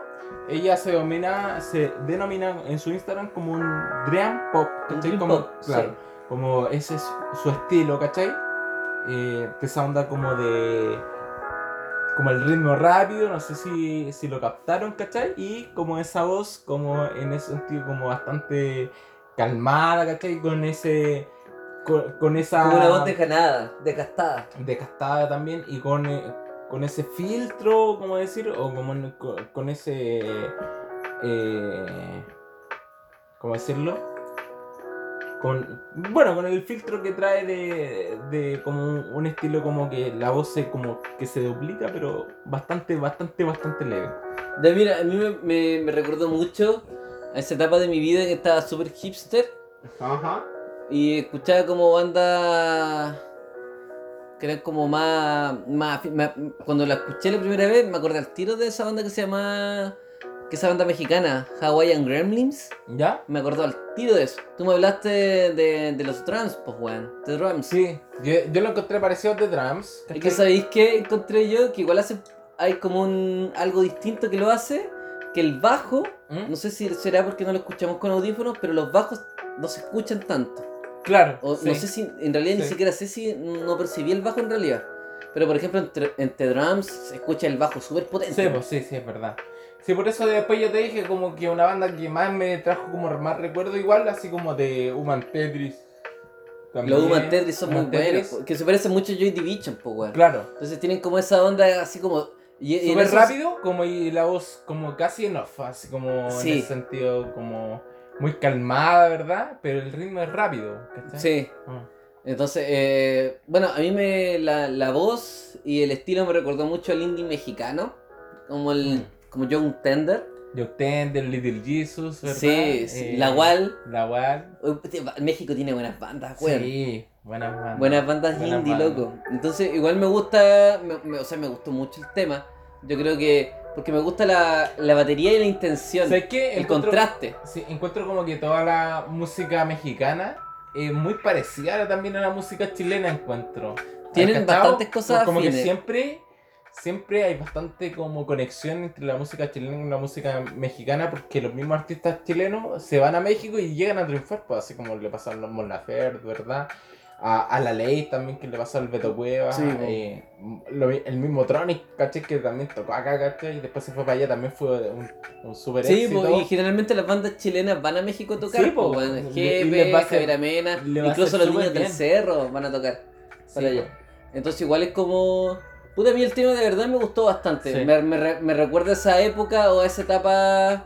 ella se domina, se denomina en su Instagram como un dream pop, Un ¿cachai? dream Como, pop, claro, sí. como ese es su estilo, ¿cachai? Eh, esa onda como de como el ritmo rápido, no sé si, si lo captaron, ¿cachai? Y como esa voz, como en ese sentido, como bastante calmada, ¿cachai? Con ese. Con, con esa. Como una voz desganada, desgastada. desgastada también y con, eh, con ese filtro, como decir, o como en- co- con, ese. Eh, ¿Cómo decirlo? Con, bueno, con el filtro que trae de, de como un, un estilo como que la voz se, como que se duplica, pero bastante, bastante, bastante leve. Ya, mira, a mí me, me- me recordó mucho a esa etapa de mi vida que estaba súper hipster Ajá. y escuchaba como bandas que eran como más, más, más- Cuando la escuché la primera vez me acordé al tiro de esa banda que se llama... Que esa banda mexicana, Hawaiian Gremlins. ¿Ya? Me acordó al tiro de eso. Tú me hablaste de, de los drums, pues, weón. De drums. Sí, yo, yo lo encontré parecido a The Drums. Es que ¿cachai? sabéis que encontré yo que igual hace hay como un algo distinto que lo hace, que el bajo, ¿Mm? no sé si será porque no lo escuchamos con audífonos, pero los bajos no se escuchan tanto. Claro. O sí. no sé si en realidad ni Sí. siquiera sé si no percibí el bajo en realidad. Pero por ejemplo entre, entre drums se escucha el bajo súper potente. Sí, pues, sí, sí, es verdad. Sí, por eso después yo te dije como que una banda que más me trajo como más recuerdo igual, así como de Human Tetris. los También, Human Tetris son muy Human Tetris. buenos, pues. po, que se parecen mucho a Joy Division, pues weón. Claro. Entonces tienen como esa onda así como... Y, y en Súper esos- rápido, como y la voz como casi en off, así como en Sí. ese sentido como muy calmada, ¿verdad? Pero el ritmo es rápido, ¿cachai? Sí. Ah. Entonces, eh, bueno, a mí me, la, la voz y el estilo me recordó mucho al indie mexicano, como el Mm. como John Tender, Yo Tender, Little Jesus, ¿verdad? sí, sí, Eh, La Wal. La Wal. Uy, puta, México tiene buenas bandas, weón. Sí, buenas bandas. Buenas bandas Buenas indie, bandas. loco. Entonces, igual me gusta, me- me- o sea, me gustó mucho el tema. Yo creo que, porque me gusta la, la batería y la intención, ¿Sabes qué? el Encuentro- contraste. Sí, encuentro como que toda la música mexicana es muy parecida también a la música chilena, encuentro. Tienen ¿Has cachado? bastantes cosas Como que afines. siempre, siempre hay bastante como conexión entre la música chilena y la música mexicana, porque los mismos artistas chilenos se van a México y llegan a triunfar, pues así como le pasó a los Mon Laferte, ¿verdad? A, a la ley también que le pasó al Beto Cueva, Sí, po. eh, lo mi- el mismo Tronic, ¿cachai? Que también tocó acá, ¿cachai? Y después se fue para allá, también fue un, un super Sí, éxito. po, y generalmente las bandas chilenas van a México a tocar, Sí, po, po. weón. El Y- y Jefe, les va a Javier hacer- Amena, le va a incluso hacer los niños súper del bien. cerro van a tocar. para Sí, allá. Entonces igual es como... Puta, a mí el tema de verdad me gustó bastante. Sí. Me, me re- me recuerda a esa época o a esa etapa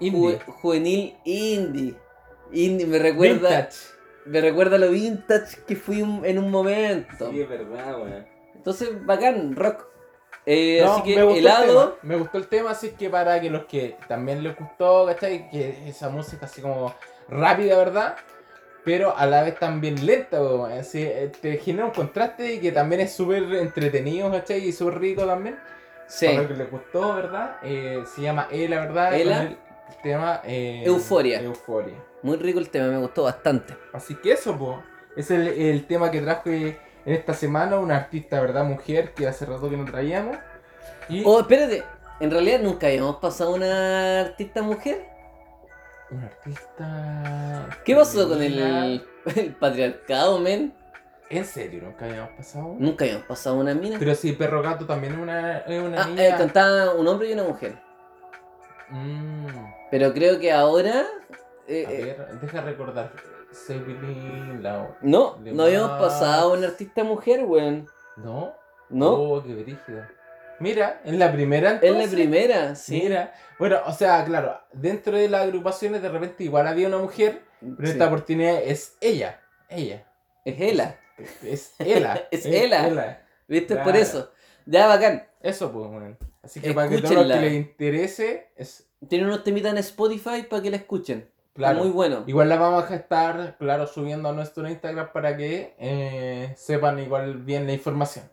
ju- Indie. juvenil indie. Indie, me recuerda, me recuerda a lo vintage que fui un- en un momento. Sí, es verdad, weón. Entonces, bacán, rock. Eh, No, así que me gustó el tema, helado, me gustó el tema, así que para que los que también les gustó, ¿cachai? Que esa música así como rápida, ¿verdad? Pero a la vez también lenta, po, weón. Así, eh, te genera un contraste y que también es súper entretenido, ¿cachai? Y súper rico también. sí. Para los que les gustó, ¿verdad? Eh, se llama Ela, ¿verdad? Ela. Con El tema... eh, Euforia. Euforia. Muy rico el tema, me gustó bastante. Así que eso, po. Es el, el tema que trajo eh, en esta semana una artista, ¿verdad? Mujer, que hace rato que no traíamos. Y... Oh, espérate. En realidad nunca habíamos pasado una artista mujer. Un artista. ¿Qué pasó con femenina. el, el patriarcado, men? En serio, nunca habíamos pasado. Nunca habíamos pasado una mina. Pero sí, Perro Gato también es una, es una Ah, niña. eh, cantaba un hombre y una mujer. Mm, Pero creo que ahora. eh, a eh, ver, deja recordar. Sebilin Lau. no, de no habíamos más. pasado una artista mujer, weón. ¿No? No, Oh, qué brígido. Mira, en la primera. es la entonces. primera, sí. Mira. Bueno, o sea, claro, dentro de las agrupaciones de repente igual había una mujer, pero Sí, esta oportunidad es ella. Ella. Es ella, Es ella. Es Ela. ¿viste? Por Claro. eso. Ya, bacán. Eso, pues, weón. Así que para que todo lo Escúchenla. que les interese, es Tiene unos temitas en Spotify para que la escuchen. claro. Muy bueno. Igual la vamos a estar, claro, subiendo a nuestro Instagram para que eh, sepan igual bien la información,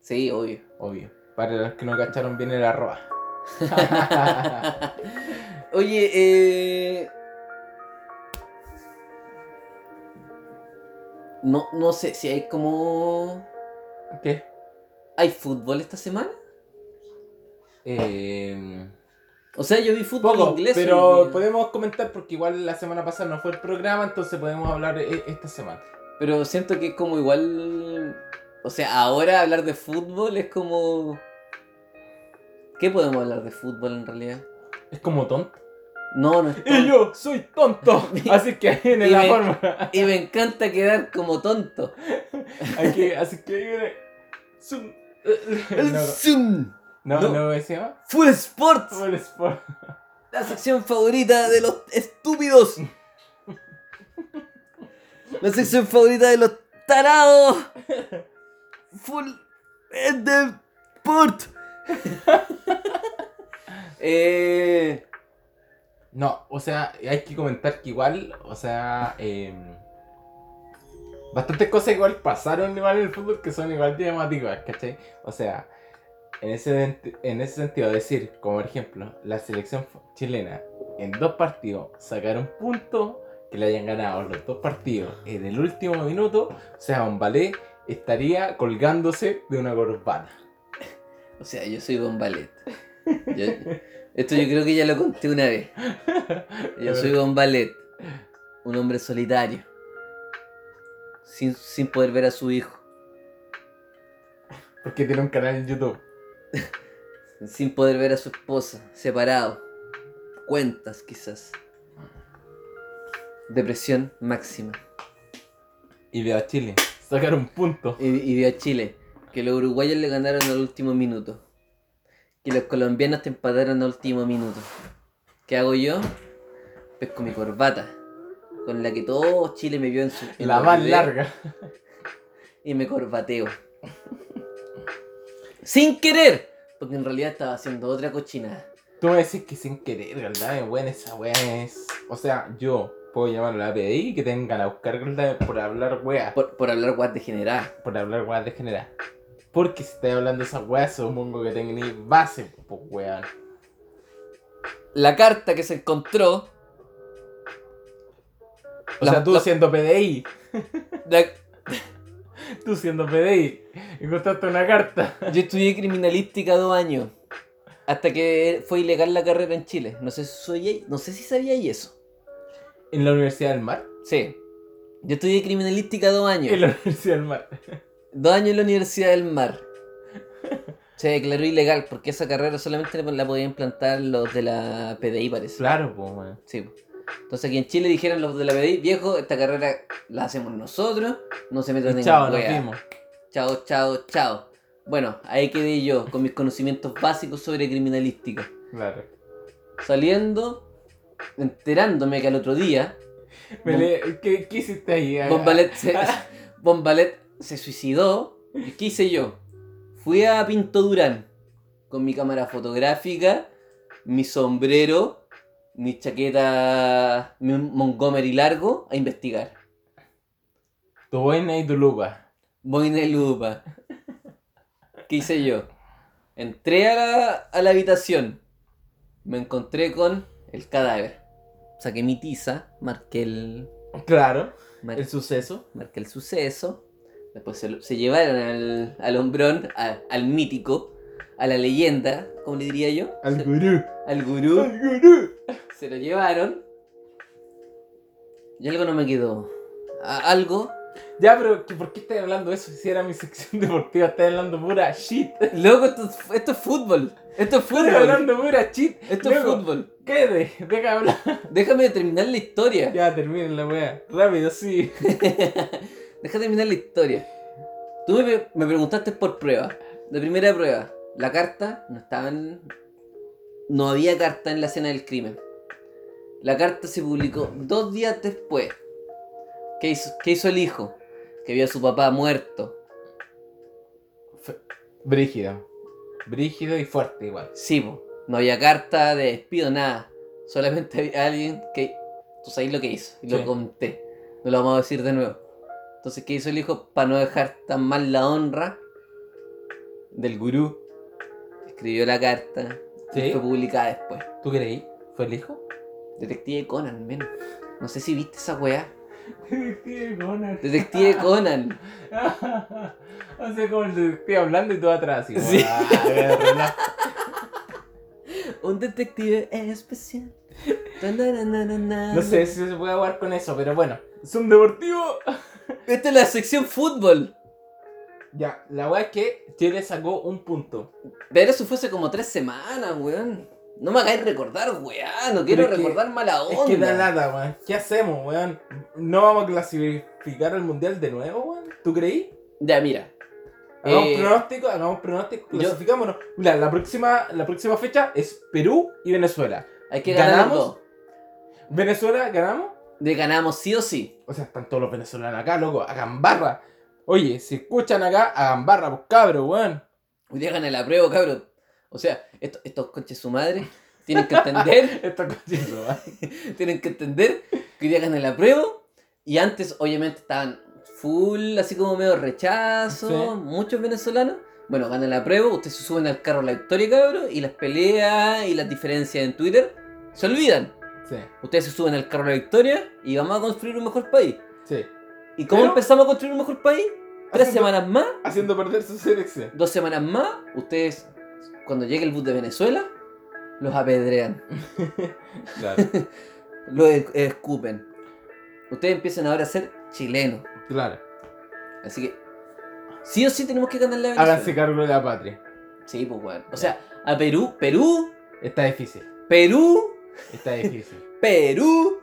Sí, obvio. obvio. Para los que no cacharon bien el arroba. Oye, eh... No, no sé si hay como... ¿Qué? ¿Hay fútbol esta semana? Eh, O sea, yo vi fútbol poco, inglés. hoy pero día. podemos comentar porque igual la semana pasada no fue el programa, entonces podemos hablar eh, esta semana. Pero siento que es como igual... O sea, ahora hablar de fútbol es como... ¿Qué podemos hablar de fútbol en realidad? Es como tonto. No, no es Y tonto. yo soy tonto. Así que ahí viene Y la me- fórmula. Y me encanta quedar como tonto. Aquí, así que ahí viene. Zoom. El No, Zoom. No, no, No. no decía. Full Sports. Por sport. La sección favorita de los estúpidos. La sección favorita de los tarados. Full Sport. eh, No, o sea, hay que comentar que igual, o sea, eh, bastantes cosas igual pasaron igual en el fútbol que son igual de llamativas, ¿cachai? O sea, en ese, dent- en ese sentido, decir, como por ejemplo, la selección fu- chilena en dos partidos sacar un punto que le hayan ganado los dos partidos en el último minuto, o sea, un ballet estaría colgándose de una corbata. o sea, yo soy Bombalet. Yo- esto yo creo que ya lo conté una vez. Yo soy Bombalet, un hombre solitario, sin, sin poder ver a su hijo, Porque tiene un canal en YouTube. sin poder ver a su esposa, separado, cuentas quizás. Depresión máxima. Y veo a Chile sacar un punto. Y, y vio a Chile, que los uruguayos le ganaron al último minuto, que los colombianos te empataron al último minuto. ¿Qué hago yo? Pesco mi corbata, con la que todo Chile me vio en su... en La los más videos. larga. y me corbateo. Sin querer, porque en realidad estaba haciendo otra cochinada. Tú me decís que sin querer, ¿verdad? Es buena esa wea es. O sea, yo puedo llamar a la PDI y que tengan a buscar ¿verdad? por hablar wea. Por, Por, por hablar guas degenerada. por hablar wea de general. Porque si estáis hablando de esas weas, supongo que tenéis base, pues weón. La carta que se encontró. O La- sea, tú la- siendo PDI, la- tú siendo PDI, encontraste una carta. yo estudié criminalística dos años. Hasta que fue ilegal la carrera en Chile. No sé si soy no sé si sabía eso. En la Universidad del Mar. Sí. Yo estudié criminalística dos años. En la Universidad del Mar. Dos años en la Universidad del Mar. Se declaró ilegal porque esa carrera solamente la podían plantar los de la PDI, parece. Claro, pues weón. Sí. po. Entonces aquí en Chile dijeron los de la PDI, viejo, esta carrera la hacemos nosotros, no se metan Y en Chao, nos wea". vimos. Chao, chao, chao. Bueno, ahí quedé yo con mis conocimientos básicos sobre criminalística. Claro. Saliendo, enterándome que al otro día, Me Bom- le- ¿Qué, ¿Qué hiciste ahí? Ah, Bombalet se, Bombalet se suicidó. ¿Y ¿Qué hice yo? Fui a Pinto Durán con mi cámara fotográfica, mi sombrero, mi chaqueta mi Montgomery largo a investigar. Tu boina y tu lupa. Boina y lupa. ¿Qué hice yo? Entré a la, a la habitación. Me encontré con el cadáver. Saqué mi tiza, marqué el, Claro. mar- El suceso. marca el suceso. Después se, lo- se llevaron al, al hombrón, a- al mítico, a la leyenda, como le diría yo, Al Se- gurú. al gurú. Al gurú. Se lo llevaron. Y algo no me quedó. A- algo. Ya, pero ¿que ¿por qué estás hablando de eso? Si era mi sección deportiva, estás hablando pura shit. Loco, esto, es- esto es fútbol. Esto es Estás fútbol. hablando pura shit. Esto es Luego, fútbol. ¿Qué de? Deja de hablar. Déjame terminar la historia. Ya, termina la wea. Rápido, sí. Deja terminar la historia. Tú me, pre- me preguntaste por prueba. La primera prueba. La carta no estaba en... No había carta en la escena del crimen. La carta se publicó dos días después. ¿Qué hizo, qué hizo el hijo? Que vio a su papá muerto. Brígido. Brígido y fuerte igual. Sí, po. no había carta de despido, nada. Solamente había alguien que... Tú sabes lo que hizo. Y lo Sí. conté. No lo vamos a decir de nuevo. Entonces, ¿qué hizo el hijo para no dejar tan mal la honra del gurú? Escribió la carta y ¿Sí? fue publicada después. ¿Tú creí? ¿Fue el hijo? Detective Conan, men. No sé si viste esa weá. Detective Conan. Detective Conan. o sea, como el detective hablando y todo atrás. Y Sí. Ah, Un detective especial. no sé si se puede jugar con eso, pero bueno. Es un deportivo. Esta es la sección fútbol. Ya, la wea es que Chile sacó un punto. Pero eso fue hace como tres semanas, weón. No me hagáis recordar, weá. No quiero es que- recordar mala Es onda. que da nada, weón. ¿Qué hacemos, weón? ¿No vamos a clasificar al mundial de nuevo, weón? ¿Tú creí? Ya, mira. Hagamos Eh, pronóstico, hagamos pronóstico, yo- clasificámonos. Mira, la próxima, la próxima fecha es Perú y Venezuela. Hay que ganar los ¿Ganamos? dos. ¿Venezuela ganamos? De ganamos sí o sí. O sea, están todos los venezolanos acá, loco, hagan barra. Oye, si escuchan acá, hagan barra, pues cabros, weón. Hoy día gana el apruebo, cabrón. O sea, esto- estos coches su madre tienen que entender, Esto es cochino, weón. tienen que entender que hoy día gana el apruebo. Y antes, obviamente, estaban full, así como medio rechazo, Sí. muchos venezolanos. Bueno, gana el apruebo, ustedes se suben al carro la victoria, cabrón, y las peleas y las diferencias en Twitter se olvidan. Sí, Ustedes se suben al carro la victoria y vamos a construir un mejor país. sí. ¿Y cómo Pero- empezamos a construir un mejor país? Tres Haciendo- semanas más Haciendo perder su selección. dos semanas más, ustedes, cuando llegue el bus de Venezuela, los apedrean, Claro, los e- escupen. Ustedes empiezan ahora a ser chilenos. claro. Así que, sí o sí tenemos que ganar la Venezuela. Háganse cargo de la patria. Sí, pues, weón. O sea, a Perú, Perú, Está difícil, Perú, está difícil. Perú.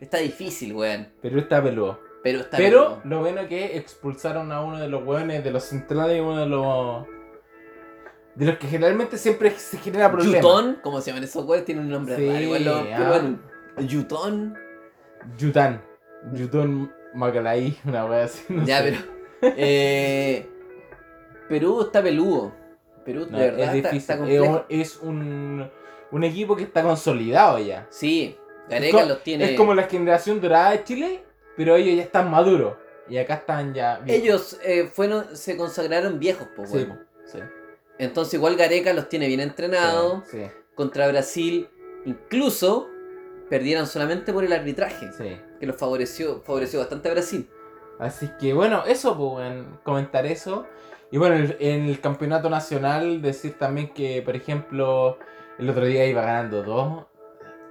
está difícil, weón. Perú está peludo. Pero está Pero bien. lo bueno que expulsaron a uno de los hueones de los centrales y uno de los. De los que generalmente siempre se genera problemas. Yutón, como se llaman esos weones, tienen un nombre Sí, raro. Igual los ah. peruanos. Yutón. Yután. Yutón Macalay, una wea así. no Ya, sé. pero. eh, Perú está peludo. Perú, No, de verdad, es está, difícil. está es complejo. un, es un- un equipo que está consolidado ya. Sí, Es Gareca co- los tiene. Es como la generación dorada de Chile, pero ellos ya están maduros. Y acá están ya. viejos. Ellos eh, fueron, se consagraron viejos, pues, Sí, weón. sí, Entonces, igual Gareca los tiene bien entrenados. sí, Contra Brasil, incluso perdieron solamente por el arbitraje, sí. que los favoreció, favoreció bastante a Brasil. Así que bueno, eso, pues, weón, comentar eso. Y bueno, el- en el campeonato nacional, decir también que, por ejemplo, el otro día iba ganando 2,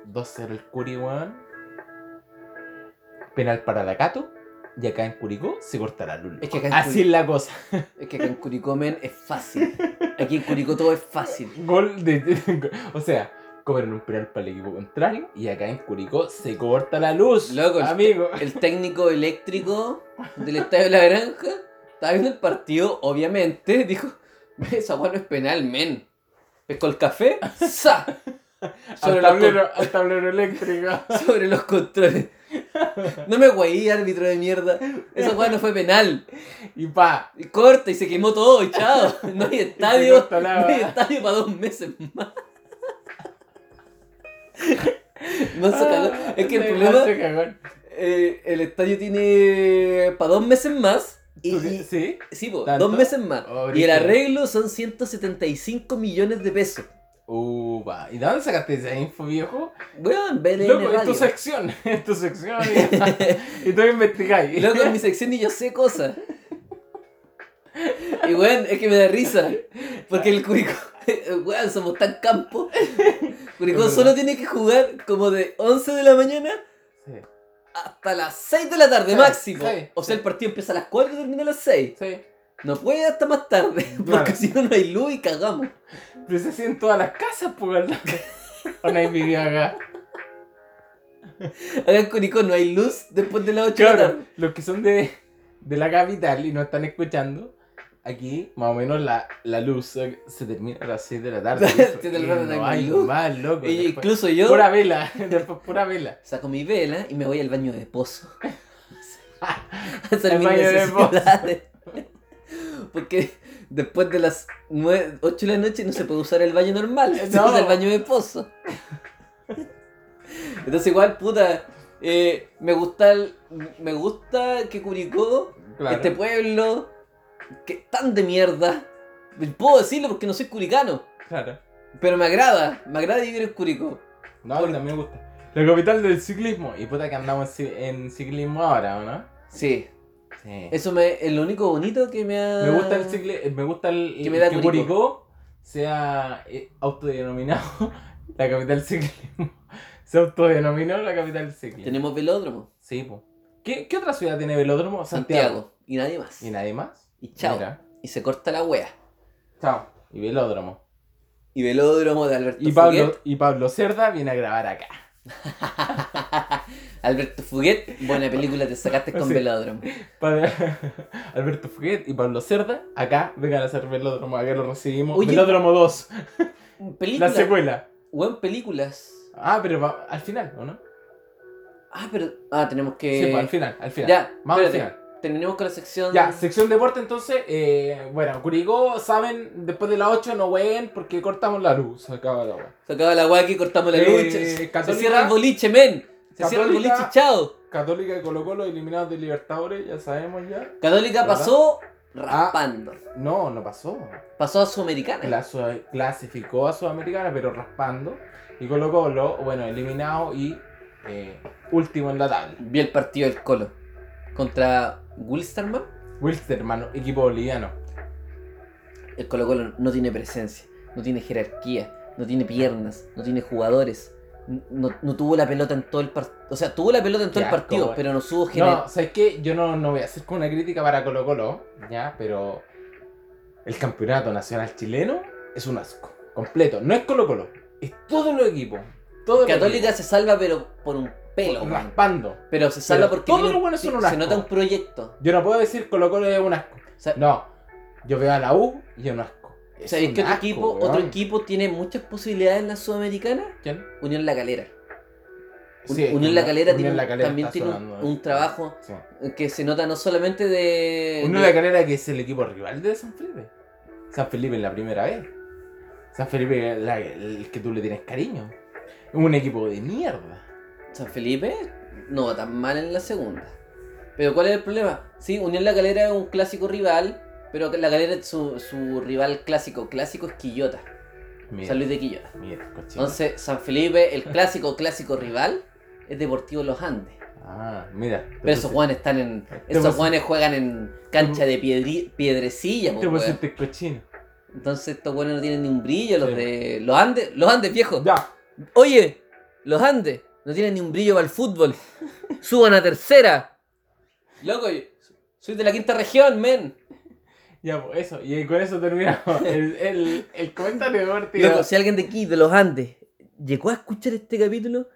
2-0 el Curi, weón. Penal para Dakato. Y acá en Curicó se corta la luz. Es que acá en Así es Curi- la cosa. Es que acá en Curicó, men, es fácil. Aquí en Curicó todo es fácil. Gol de. o sea, cobran un penal para el equipo contrario. Y acá en Curicó se corta la luz. Loco, el- amigo. el técnico eléctrico del Estadio de la Granja estaba viendo el partido, obviamente, dijo, esa hueá no es penal, men. Pescó el café, ¡sa! Sobre, Al los, con- tablero, al tablero eléctrico. sobre los controles. No me guayí, árbitro de mierda. Esa hueá no fue penal. Y pa. Y corta y se quemó todo y chao. No hay se estadio. corta la No hay va. estadio para dos meses más. No se cagó. Es que el Se problema. hace cagón. Eh, el estadio tiene para dos meses más. Y, ¿Tú qué- y- ¿Sí? sí, po, ¿Tanto? dos meses más. Oh, y el brígido. arreglo son 175 millones de pesos. Upa, ¿y de dónde sacaste esa info, viejo? Weón, BLN Loco, es Radio. tu sección, es tu sección. Y, y tú investigáis. Loco, en mi sección y yo sé cosas. Y weón, es que me da risa. Porque el Curicó, weón, somos tan campo. Curicó verdad. solo tiene que jugar como de 11 de la mañana Sí, hasta las 6 de la tarde Sí, máximo. sí, o sea, sí. el partido empieza a las 4 y termina a las 6. sí. No puede hasta más tarde, porque Claro. si no, no hay luz y cagamos. Pero se hacen pues todas las casas, pues, ¿verdad? O no hay video acá. Acá en Curicó no hay luz después de las 8 de la Claro, tarde. los que son de, de la capital y no están escuchando, aquí más o menos la, la luz eh, se termina a las 6 de la tarde. Se eso, termina y la tarde no con hay luz. más, loco. Y después- incluso yo Pura vela, después pura vela. saco mi vela y me voy al baño de pozo. A hacer El mis baño de necesidades. Porque después de las 9, 8 de la noche no se puede usar el baño normal, se No. usa el baño de pozo. Entonces igual, puta, eh, me gusta el- me gusta que Curicó Claro. Este pueblo, que tan de mierda. Puedo decirlo porque no soy curicano, claro. pero me agrada, me agrada vivir en Curicó. No, a mí también me gusta. La capital del ciclismo. Y puta que andamos en ci- en ciclismo ahora, ¿o no? Sí, Sí. eso me, es lo único bonito que me ha... Me gusta el ciclismo. Me gusta el, Que me da que Curicó. Curicó sea eh, autodenominado la capital del ciclismo. Se autodenominó la capital del ciclismo. Tenemos velódromo, Sí, po. ¿Qué, qué otra ciudad tiene velódromo? Santiago. Santiago, y nadie más. ¿Y nadie más? Y chao, Mira. y se corta la wea. Chao. Y velódromo. y velódromo de Alberto Y Pablo, y Pablo Cerda viene a grabar acá. Fuguet. Alberto Fuguet, buena película, te sacaste con Sí. velódromo. Para- Alberto Fuguet y Pablo Cerda, acá vengan a hacer Velódromo, acá lo recibimos. Oye. Velódromo 2, la Películas, secuela. weón, películas. Ah, pero va- al final, ¿o no? Ah, pero, ah, tenemos que... Sí, pues, al final, al final. Ya, Más al espérate. final. Terminemos con la sección... Ya, sección deporte entonces, eh, bueno, Curicó, saben, después de las 8 no jueguen porque cortamos la luz, se acaba la hora. Se acaba la guaki, cortamos la Eh, lucha. Se Católica- cierra el boliche, men. Se Católica- cierra el boliche, chao. Católica y Colo Colo eliminados de Libertadores, ya sabemos ya. Católica ¿Verdad? Ah. pasó raspando. No, no pasó. Pasó a Sudamericana. La Sud- clasificó a Sudamericana, pero raspando. Y Colo Colo, bueno, eliminado y eh, último en la tabla. Vi el partido del Colo contra Wilstermann. Wilster, hermano, equipo boliviano. El Colo Colo no tiene presencia, no tiene jerarquía, no tiene piernas, no tiene jugadores. No, no tuvo la pelota en todo el partido. O sea, tuvo la pelota en todo Qué el asco, partido, güey. pero no supo No, generar. ¿sabes qué? Yo no, no voy a hacer con una crítica para Colo Colo, ya, pero el campeonato nacional chileno es un asco. Completo. No es Colo Colo, es todo los equipos. Todo el Católica se salva, pero por un pelo. equipo, güey. raspando. Pero se salva Pero porque todos tiene los un- buenos son se- un se asco. nota un proyecto. Yo no puedo decir Colo Colo es un asco. O sea, No, yo veo a la U y es un asco. Es ¿Sabéis un que otro asco, equipo, weón. otro equipo tiene muchas posibilidades en la Sudamericana? ¿Quién? Unión La Calera. Un- Sí, Unión La Calera, Unión tiene un- La Calera también está tiene un- sonando, un trabajo sí. que se nota no solamente de. Unión de- La Calera que es el equipo rival de San Felipe. San Felipe es la primera vez. San Felipe la- el que tú le tienes cariño. Un equipo de mierda. San Felipe no va tan mal en la segunda. Pero ¿cuál es el problema? Sí, Unión La Calera es un clásico rival, pero La Calera es su, su rival clásico. Clásico es Quillota, Mira, San Luis de Quillota. mira, cochino. Entonces, San Felipe, el clásico, clásico rival, es Deportivo Los Andes. Ah, mira. te Pero esos pusiste- guanes están en. Te Esos puse- guanes juegan en cancha de piedri- piedrecilla, po, Te weón. pusiste este cochino. Entonces estos guanes no tienen ni un brillo, los Sí. de. Los Andes, los Andes viejos. Ya. Oye, los Andes no tienen ni un brillo para el fútbol. Suban a tercera. Loco, yo- soy de la quinta región, men. Ya, pues eso. Y con eso terminamos. El, el, el comentario de Ortiz. Loco, si alguien de aquí, de los Andes, llegó a escuchar este capítulo,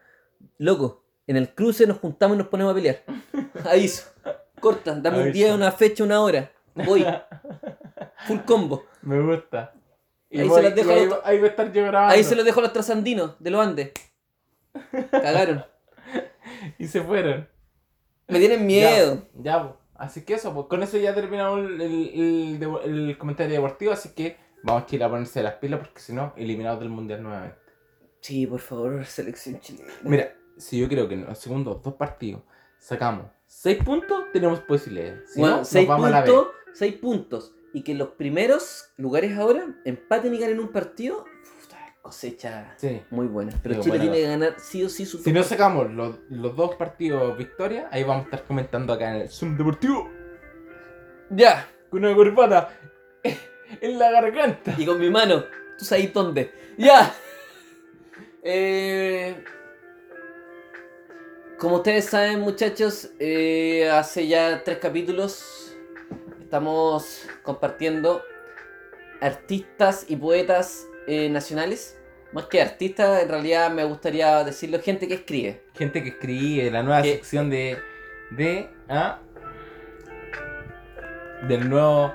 loco, en el cruce nos juntamos y nos ponemos a pelear. Aviso. Corta, dame un Aviso. día, una fecha, una hora. Voy. Full combo. Me gusta. Ahí se las dejo y a ahí, los- ahí voy a estar yo grabando. Ahí se los dejo a los trasandinos de los Andes. Cagaron. Y se fueron. Me tienen miedo. Ya, ya, po. así que eso, pues con eso ya terminamos el, el, el devo- el comentario deportivo, así que vamos a ir a ponerse las pilas porque si no, eliminados del mundial nuevamente. Sí, por favor, selección chilena. Mira, si yo creo que en los segundos dos partidos sacamos 6 puntos, tenemos posibilidades. Si bueno, no, seis, nos vamos a la puntos, B. seis puntos. Y que los primeros lugares ahora empaten y ganen un partido. puta, cosecha Sí. muy buena. Pero Digo, Chile buena tiene que ganar sí o sí su Si no sacamos los, los dos partidos victoria, ahí vamos a estar comentando acá en el Zoom Deportivo Ya. con una corbata en la garganta. Y con mi mano. Tú sabes dónde. Ya. Eh, como ustedes saben, muchachos, eh, hace ya tres capítulos estamos compartiendo artistas y poetas eh, nacionales. Más que artistas, en realidad me gustaría decirlo, gente que escribe. Gente que escribe la nueva ¿Qué? sección de. de. ah, del nuevo.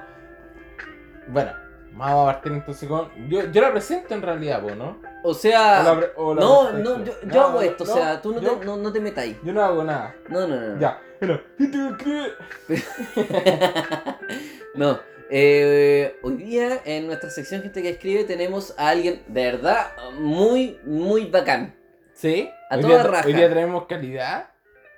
Bueno, vamos a partir entonces con. Yo, yo la presento en realidad, po, ¿no? O sea, O la pre- o la Ah, no, presento. no, yo, yo No, hago no, esto, no, o sea, tú no, Ah. yo- te, no, no te metáis. Yo no hago nada. No, no, no. no. Ya. Bueno, gente que escribe. no. eh, hoy día en nuestra sección gente que escribe tenemos a alguien de verdad muy, muy bacán. Sí. A hoy toda día, raja. Hoy día traemos calidad.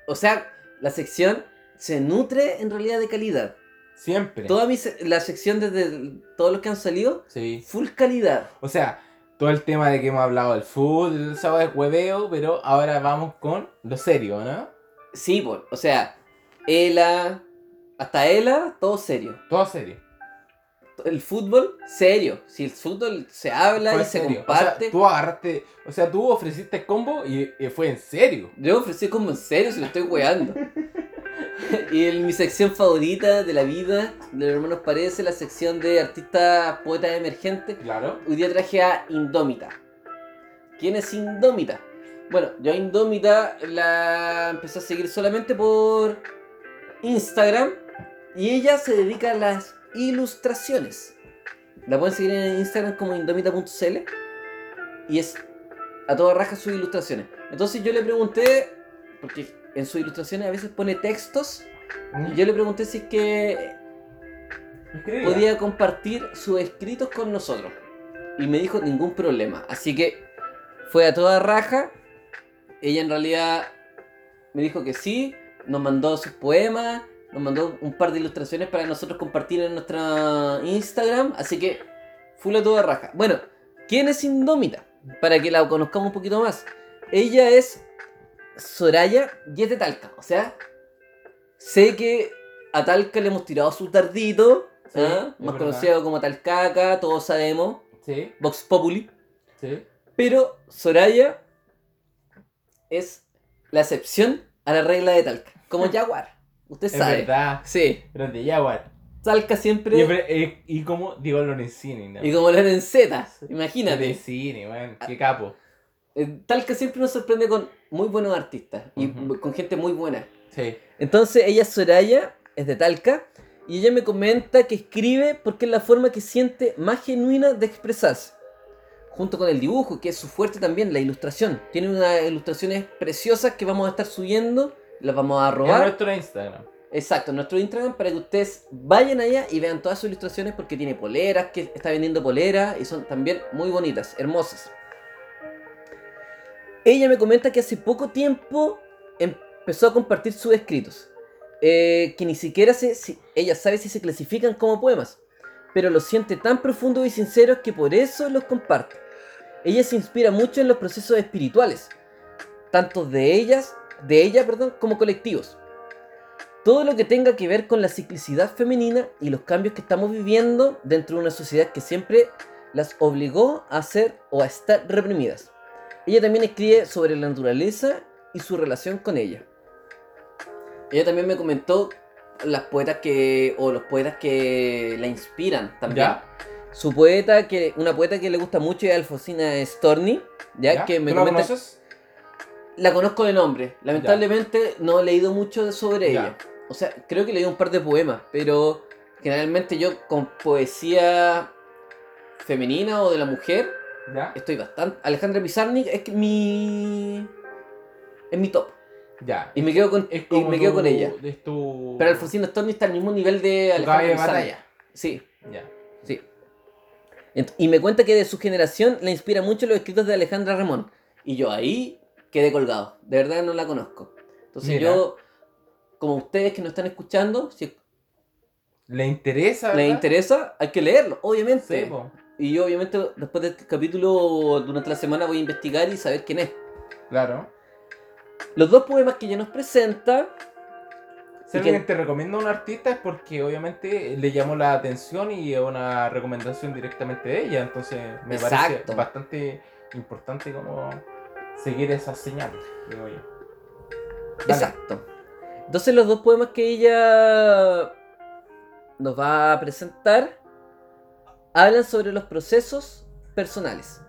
O sea, la sección se nutre en realidad de calidad. Siempre. Toda mi se- la sección desde el- todos los que han salido, Sí. full calidad. O sea, todo el tema de que hemos hablado del fútbol, el sábado de hueveo, pero ahora vamos con lo serio, ¿no? Sí, por, o sea, Ela, hasta Ela, todo serio. Todo serio. El fútbol, serio. Si el fútbol se habla Fue y se serio. comparte. O sea, tú agarraste, o sea, tú ofreciste combo y, y fue en serio. Yo ofrecí como en serio, si lo estoy weando. Y el- mi sección favorita de la vida de los hermanos Paredes es la sección de artistas poetas emergentes. Claro. Hoy día traje a Indómita. ¿Quién es Indómita? Bueno, yo a Indómita la empecé a seguir solamente por Instagram y ella se dedica a las ilustraciones. La pueden seguir en Instagram como indómita.cl y es a toda raja sus ilustraciones. Entonces yo le pregunté, porque en sus ilustraciones a veces pone textos, Mm. y yo le pregunté si es que Increíble. podía compartir sus escritos con nosotros. Y me dijo ningún problema. Así que fue a toda raja. Ella en realidad me dijo que sí. Nos mandó sus poemas. Nos mandó un par de ilustraciones para nosotros compartir en nuestra Instagram. Así que fue a toda raja. Bueno, ¿quién es Indómita? Para que la conozcamos un poquito más. Ella es Soraya y es de Talca. O sea, sé que a Talca le hemos tirado su tardito. Sí, ¿ah? es Más verdad. conocido como Talcaca, todos sabemos. Sí, Vox Populi. sí. Pero Soraya es la excepción a la regla de Talca. Como Jaguar. Usted Es sabe. verdad. Sí. Grande Jaguar. Talca siempre. Y, eh, y como digo Lorenzini, ¿no? Y como en Z, imagínate. Lorenzini, weón. Qué capo. Eh, Talca siempre nos sorprende con muy buenos artistas y Ujú. con gente muy buena. Sí. Entonces ella es Soraya, es de Talca, y ella me comenta que escribe porque es la forma que siente más genuina de expresarse. Junto con el dibujo, que es su fuerte también, la ilustración. Tiene unas ilustraciones preciosas que vamos a estar subiendo, las vamos a En robar. nuestro Instagram. Exacto, en nuestro Instagram para que ustedes vayan allá y vean todas sus ilustraciones porque tiene poleras, que está vendiendo poleras y son también muy bonitas, hermosas. Ella me comenta que hace poco tiempo empezó a compartir sus escritos, eh, que ni siquiera se, si- ella sabe si se clasifican como poemas, pero los siente tan profundos y sinceros que por eso los comparte. Ella se inspira mucho en los procesos espirituales, tanto de ellas, de ella, perdón, como colectivos todo lo que tenga que ver con la ciclicidad femenina y los cambios que estamos viviendo dentro de una sociedad que siempre las obligó a ser o a estar reprimidas. Ella también escribe sobre la naturaleza y su relación con ella. Ella también me comentó las poetas que o los poetas que la inspiran también. ¿Ya? Su poeta que una poeta que le gusta mucho es Alfonsina Storni, ya, ¿Ya? que me ¿Tú la comenta conoces? la conozco de nombre. Lamentablemente no he leído mucho de- sobre Ya. ella. O sea, creo que leí un par de poemas, pero generalmente yo con poesía femenina o de la mujer ¿Ya? estoy bastante. Alejandra Pizarnik es que mi. es mi top. Ya. Y me quedo con, Es y como me quedo tu- con ella. Es tu... Pero Alfonsina Storni está al mismo nivel de tu caballo Alejandra de Pizarnik. batalla. Sí, Ya. sí. Ent- Y me cuenta que de su generación la inspira mucho los escritos de Alejandra Ramón. Y yo ahí quedé colgado. De verdad no la conozco. Entonces Mira. yo, como ustedes que nos están escuchando, si ¿Le interesa? les verdad? interesa, hay que leerlo, obviamente. Sí, po. y yo obviamente después de este capítulo, durante la semana, voy a investigar y saber quién es. Claro. Los dos poemas que ella nos presenta, Si Y alguien que- te recomienda a un artista es porque obviamente le llamó la atención y es una recomendación directamente de ella. Entonces me parece Exacto. bastante importante como seguir esas señales, digo yo. Dale. Exacto. Entonces los dos poemas que ella nos va a presentar hablan sobre los procesos personales,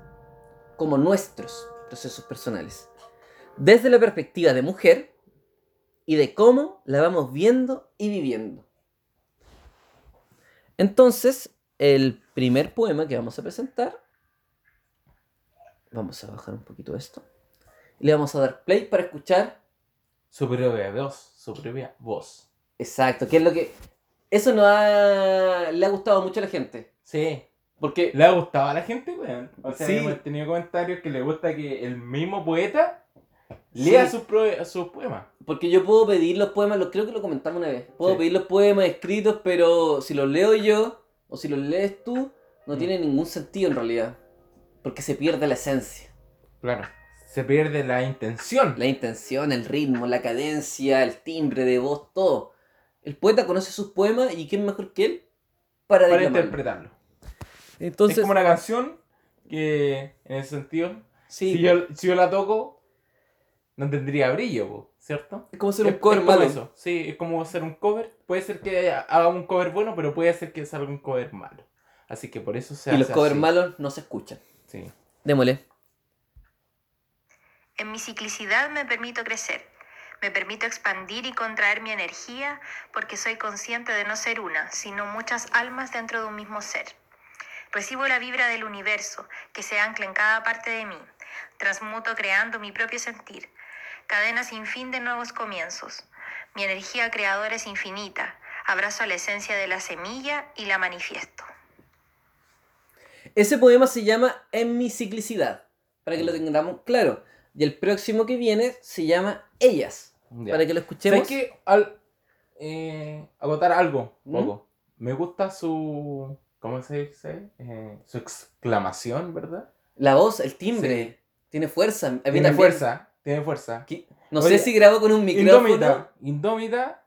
como nuestros procesos personales, desde la perspectiva de mujer y de cómo la vamos viendo y viviendo. Entonces, el primer poema que vamos a presentar, vamos a bajar un poquito esto, le vamos a dar play para escuchar Su propia voz, su propia voz. Exacto, que es lo que. Eso no ha... le ha gustado mucho a la gente. Sí. Porque. ¿Le ha gustado a la gente, weón? O sea, Sí. hemos tenido comentarios que le gusta que el mismo poeta lea Sí. sus, pro- sus poemas. Porque yo puedo pedir los poemas, lo creo que lo comentamos una vez. Puedo Sí. pedir los poemas escritos, pero si los leo yo, o si los lees tú, no Mm. tiene ningún sentido en realidad. Porque se pierde la esencia. Claro. Se pierde la intención. La intención, el ritmo, la cadencia, el timbre de voz, todo. El poeta conoce sus poemas y quién mejor que él para, para declamarlo. interpretarlo. Entonces, es como una canción que, en ese sentido, sí, si, yo, si yo la toco, no tendría brillo, po, ¿cierto? Es como hacer Es- un cover es como malo. eso, Sí, es como hacer un cover. Puede ser que haga un cover bueno, pero puede ser que salga un cover malo. Así que por eso se Y los hace covers así. malos no se escuchan. Sí. Démosle. En mi ciclicidad me permito crecer, me permito expandir y contraer mi energía porque soy consciente de no ser una, sino muchas almas dentro de un mismo ser. Recibo la vibra del universo que se ancla en cada parte de mí, transmuto creando mi propio sentir, cadena sin fin de nuevos comienzos. Mi energía creadora es infinita, abrazo la esencia de la semilla y la manifiesto. Ese poema se llama En mi ciclicidad, para que Mm. lo tengamos claro. Y el próximo que viene se llama Ellas, ya. para que lo escuchemos. ¿Sabes que al eh, agotar algo, ¿Mm? poco, me gusta su. ¿Cómo se dice? Eh, su exclamación, ¿verdad? La voz, el timbre, tiene fuerza. A mí tiene también. fuerza, tiene fuerza. Qui- No Oye, sé si grabo con un micrófono. Indómita, Indómita,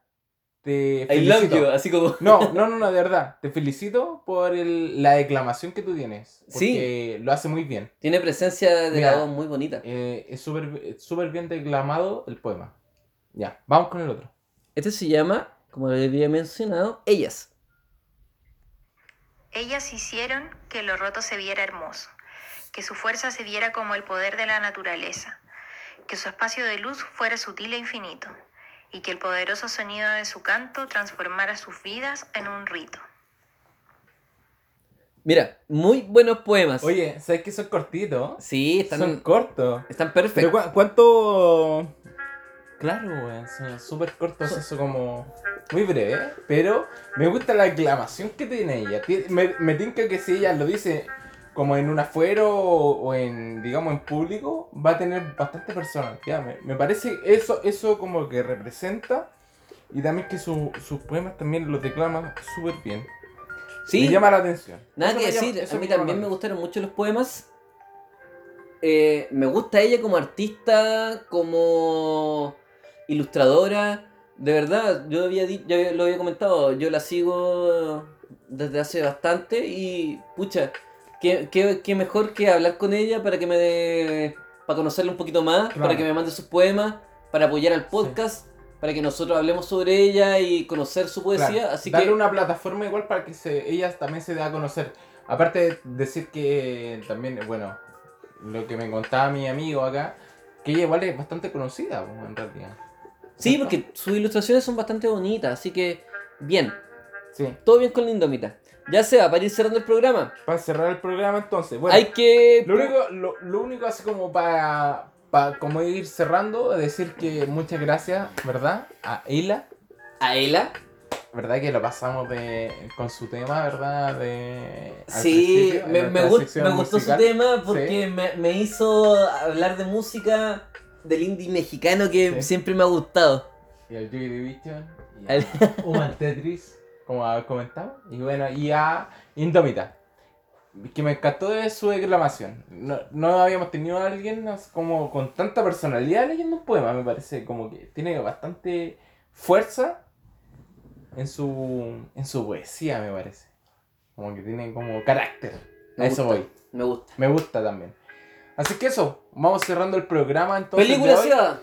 te I love felicito. you, así como. No, no, no, no, de verdad. Te felicito por el- la declamación que tú tienes. Porque lo hace muy bien. Tiene presencia de Mira. la voz muy bonita. Eh, es súper es súper bien declamado el poema. Ya, vamos con el otro. Este se llama, como le había mencionado, Ellas. Ellas hicieron que lo roto se viera hermoso, que su fuerza se viera como el poder de la naturaleza, que su espacio de luz fuera sutil e infinito, y que el poderoso sonido de su canto transformara sus vidas en un rito. Mira, muy buenos poemas. Oye, ¿sabes que son cortitos? sí, están, Son cortos. están Pero perfectos. cua- ¿cuánto...? Claro, weón, son súper cortos, eso como... Muy breve, pero me gusta la aclamación que tiene ella. Ti- Me, me tinca que si ella lo dice como en un afuero o, o en, digamos, en público, va a tener bastante personalidad. Me, me parece eso eso como que representa y también que su- sus poemas también los declaman súper bien. Sí, Me llama la atención. nada Eso que me llama- decir. eso A mí llama la también me atención. gustaron mucho los poemas. Eh, me gusta ella como artista, como ilustradora. De verdad, yo, había di- yo había- lo había comentado, yo la sigo desde hace bastante y pucha, qué, qué- qué mejor que hablar con ella para que me dé- para conocerla un poquito más, Claro. para que me mande sus poemas, para apoyar al podcast, para que nosotros hablemos sobre ella y conocer su poesía. Claro, Pues Así darle que una plataforma igual para que se, ella también se dé a conocer. Aparte de decir que también, bueno, lo que me contaba mi amigo acá, que ella igual es bastante conocida pues, en realidad. Sí, ¿Cierto? porque sus ilustraciones son bastante bonitas, así que bien, Sí. todo bien con la indómita. Ya sea, para ir cerrando el programa, Para cerrar el programa entonces, bueno, hay que... lo, único, lo, lo único así como para, para como ir cerrando, es decir que muchas gracias, ¿verdad? A Ela, A Ela, ¿verdad? Que lo pasamos de, con su tema, ¿verdad? De, al sí, principio, en me, me nuestra gust- sección me gustó musical. su tema porque me, me hizo hablar de música del indie mexicano que Sí. siempre me ha gustado. y al Joy Division y Al- a Human Tetris, como habéis comentado, y bueno, y a Indomita, que me encantó de su declamación. No, no habíamos tenido a alguien as- como con tanta personalidad leyendo un poema, me parece, como que tiene bastante fuerza en su, en su poesía, me parece. Como que tiene como carácter. A Me eso gusta, voy. Me gusta. Me gusta también. Así que eso, vamos cerrando el programa entonces. de Película, hoy. Seba,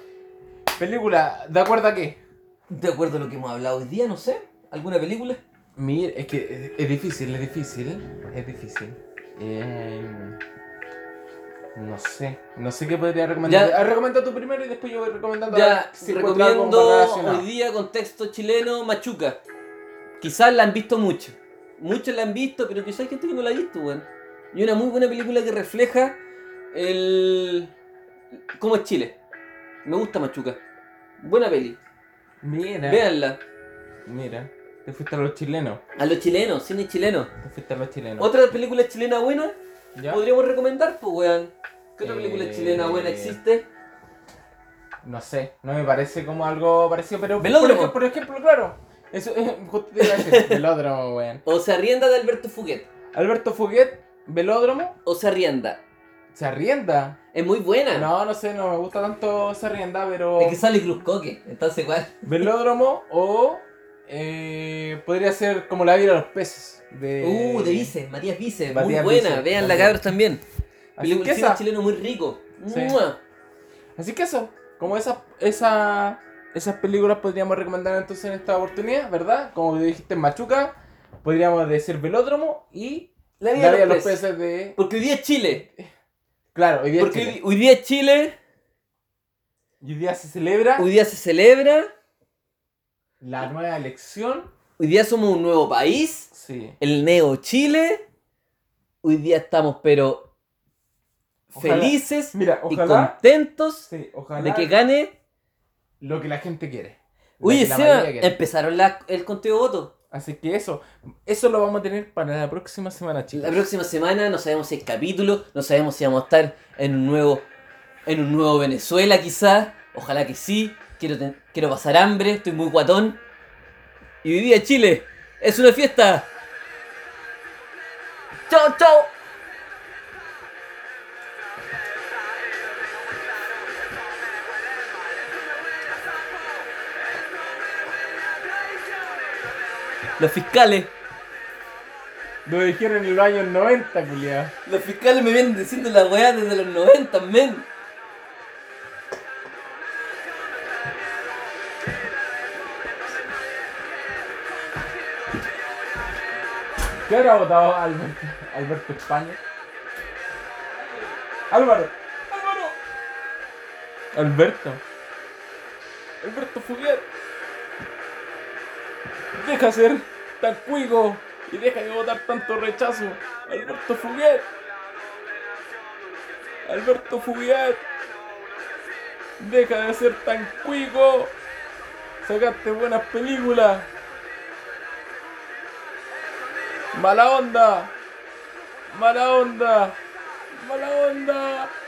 Película, ¿de acuerdo a qué? de acuerdo a lo que hemos hablado hoy día, no sé, ¿alguna película? Mira, es que es, es difícil, es difícil, es difícil. Eh, no sé, no sé qué podría recomendar. Ya. Ah, Recomienda tú primero y después yo voy recomendando. a Ya, ver si encuentro algo más recomiendo relacionado. hoy día contexto chileno Machuca. Quizás la han visto mucho. Muchos la han visto, pero quizás hay gente que no la ha visto, weón. Y una muy buena película que refleja el. cómo es Chile. Me gusta Machuca. Buena peli. Mira, Véanla. mira, te fuiste a los chilenos, A los chilenos, cine chileno. te fuiste a los chilenos. Otra película chilena buena ¿Ya? podríamos recomendar, pues, weón. ¿Qué otra Eh, película chilena buena existe? No sé, no me parece como algo parecido, pero por Velódromo. ejemplo, por ejemplo, claro. Eso es justo te iba a decir, velódromo, weón. O se arrienda de Alberto Fuguet. Alberto Fuguet, velódromo, O se arrienda. se arrienda. Es muy buena. No, no sé, no me gusta tanto se arrienda, pero. Es que sale Cruz Coque, entonces igual. Velódromo o eh, podría ser como la vida de los peces. De... Uh, de Vice, Matías Vice, muy Eh, Matías buena, Vice, vean la también. cabros también. Así Película que, cine esa- chileno muy rico. Sí. ¡Mua! así que eso, Como esas, esa- esas películas podríamos recomendar entonces en esta oportunidad, ¿verdad? Como dijiste, Machuca, podríamos decir Velódromo y La vida La de vida de los los peces. peces de... Porque hoy día es Chile. Claro, hoy día, es Porque Chile. hoy- hoy día es Chile, Y hoy día se celebra hoy día se celebra, la nueva elección. hoy día somos un nuevo país, Sí. el Neo Chile. Hoy día estamos, pero Ojalá. felices Mira, y ojalá... contentos Sí, ojalá de que gane. lo que la gente quiere. Lo Oye, que la Seba, mayoría quiere. empezaron la- el conteo de votos. Así que eso, eso lo vamos a tener para la próxima semana, La chicos. próxima semana no sabemos si hay capítulo, no sabemos si vamos a estar en un nuevo, en un nuevo Venezuela quizás, ojalá que sí, quiero, ten- quiero pasar hambre, estoy muy guatón. Y hoy día Chile es una fiesta. Chao, chao. Los fiscales, Lo dijeron en los años 90, culiado. los fiscales me vienen diciendo la weá desde los 90, men. ¿Qué habrá votado Alberto, Alberto España? Álvaro. Álvaro. Alberto. Alberto Fuguer. Deja ser tan cuico y deja de votar tanto rechazo. Alberto Fuguer. Alberto Fuguer. Deja de ser tan cuico. Sacaste buenas películas. Mala onda. Mala onda. Mala onda.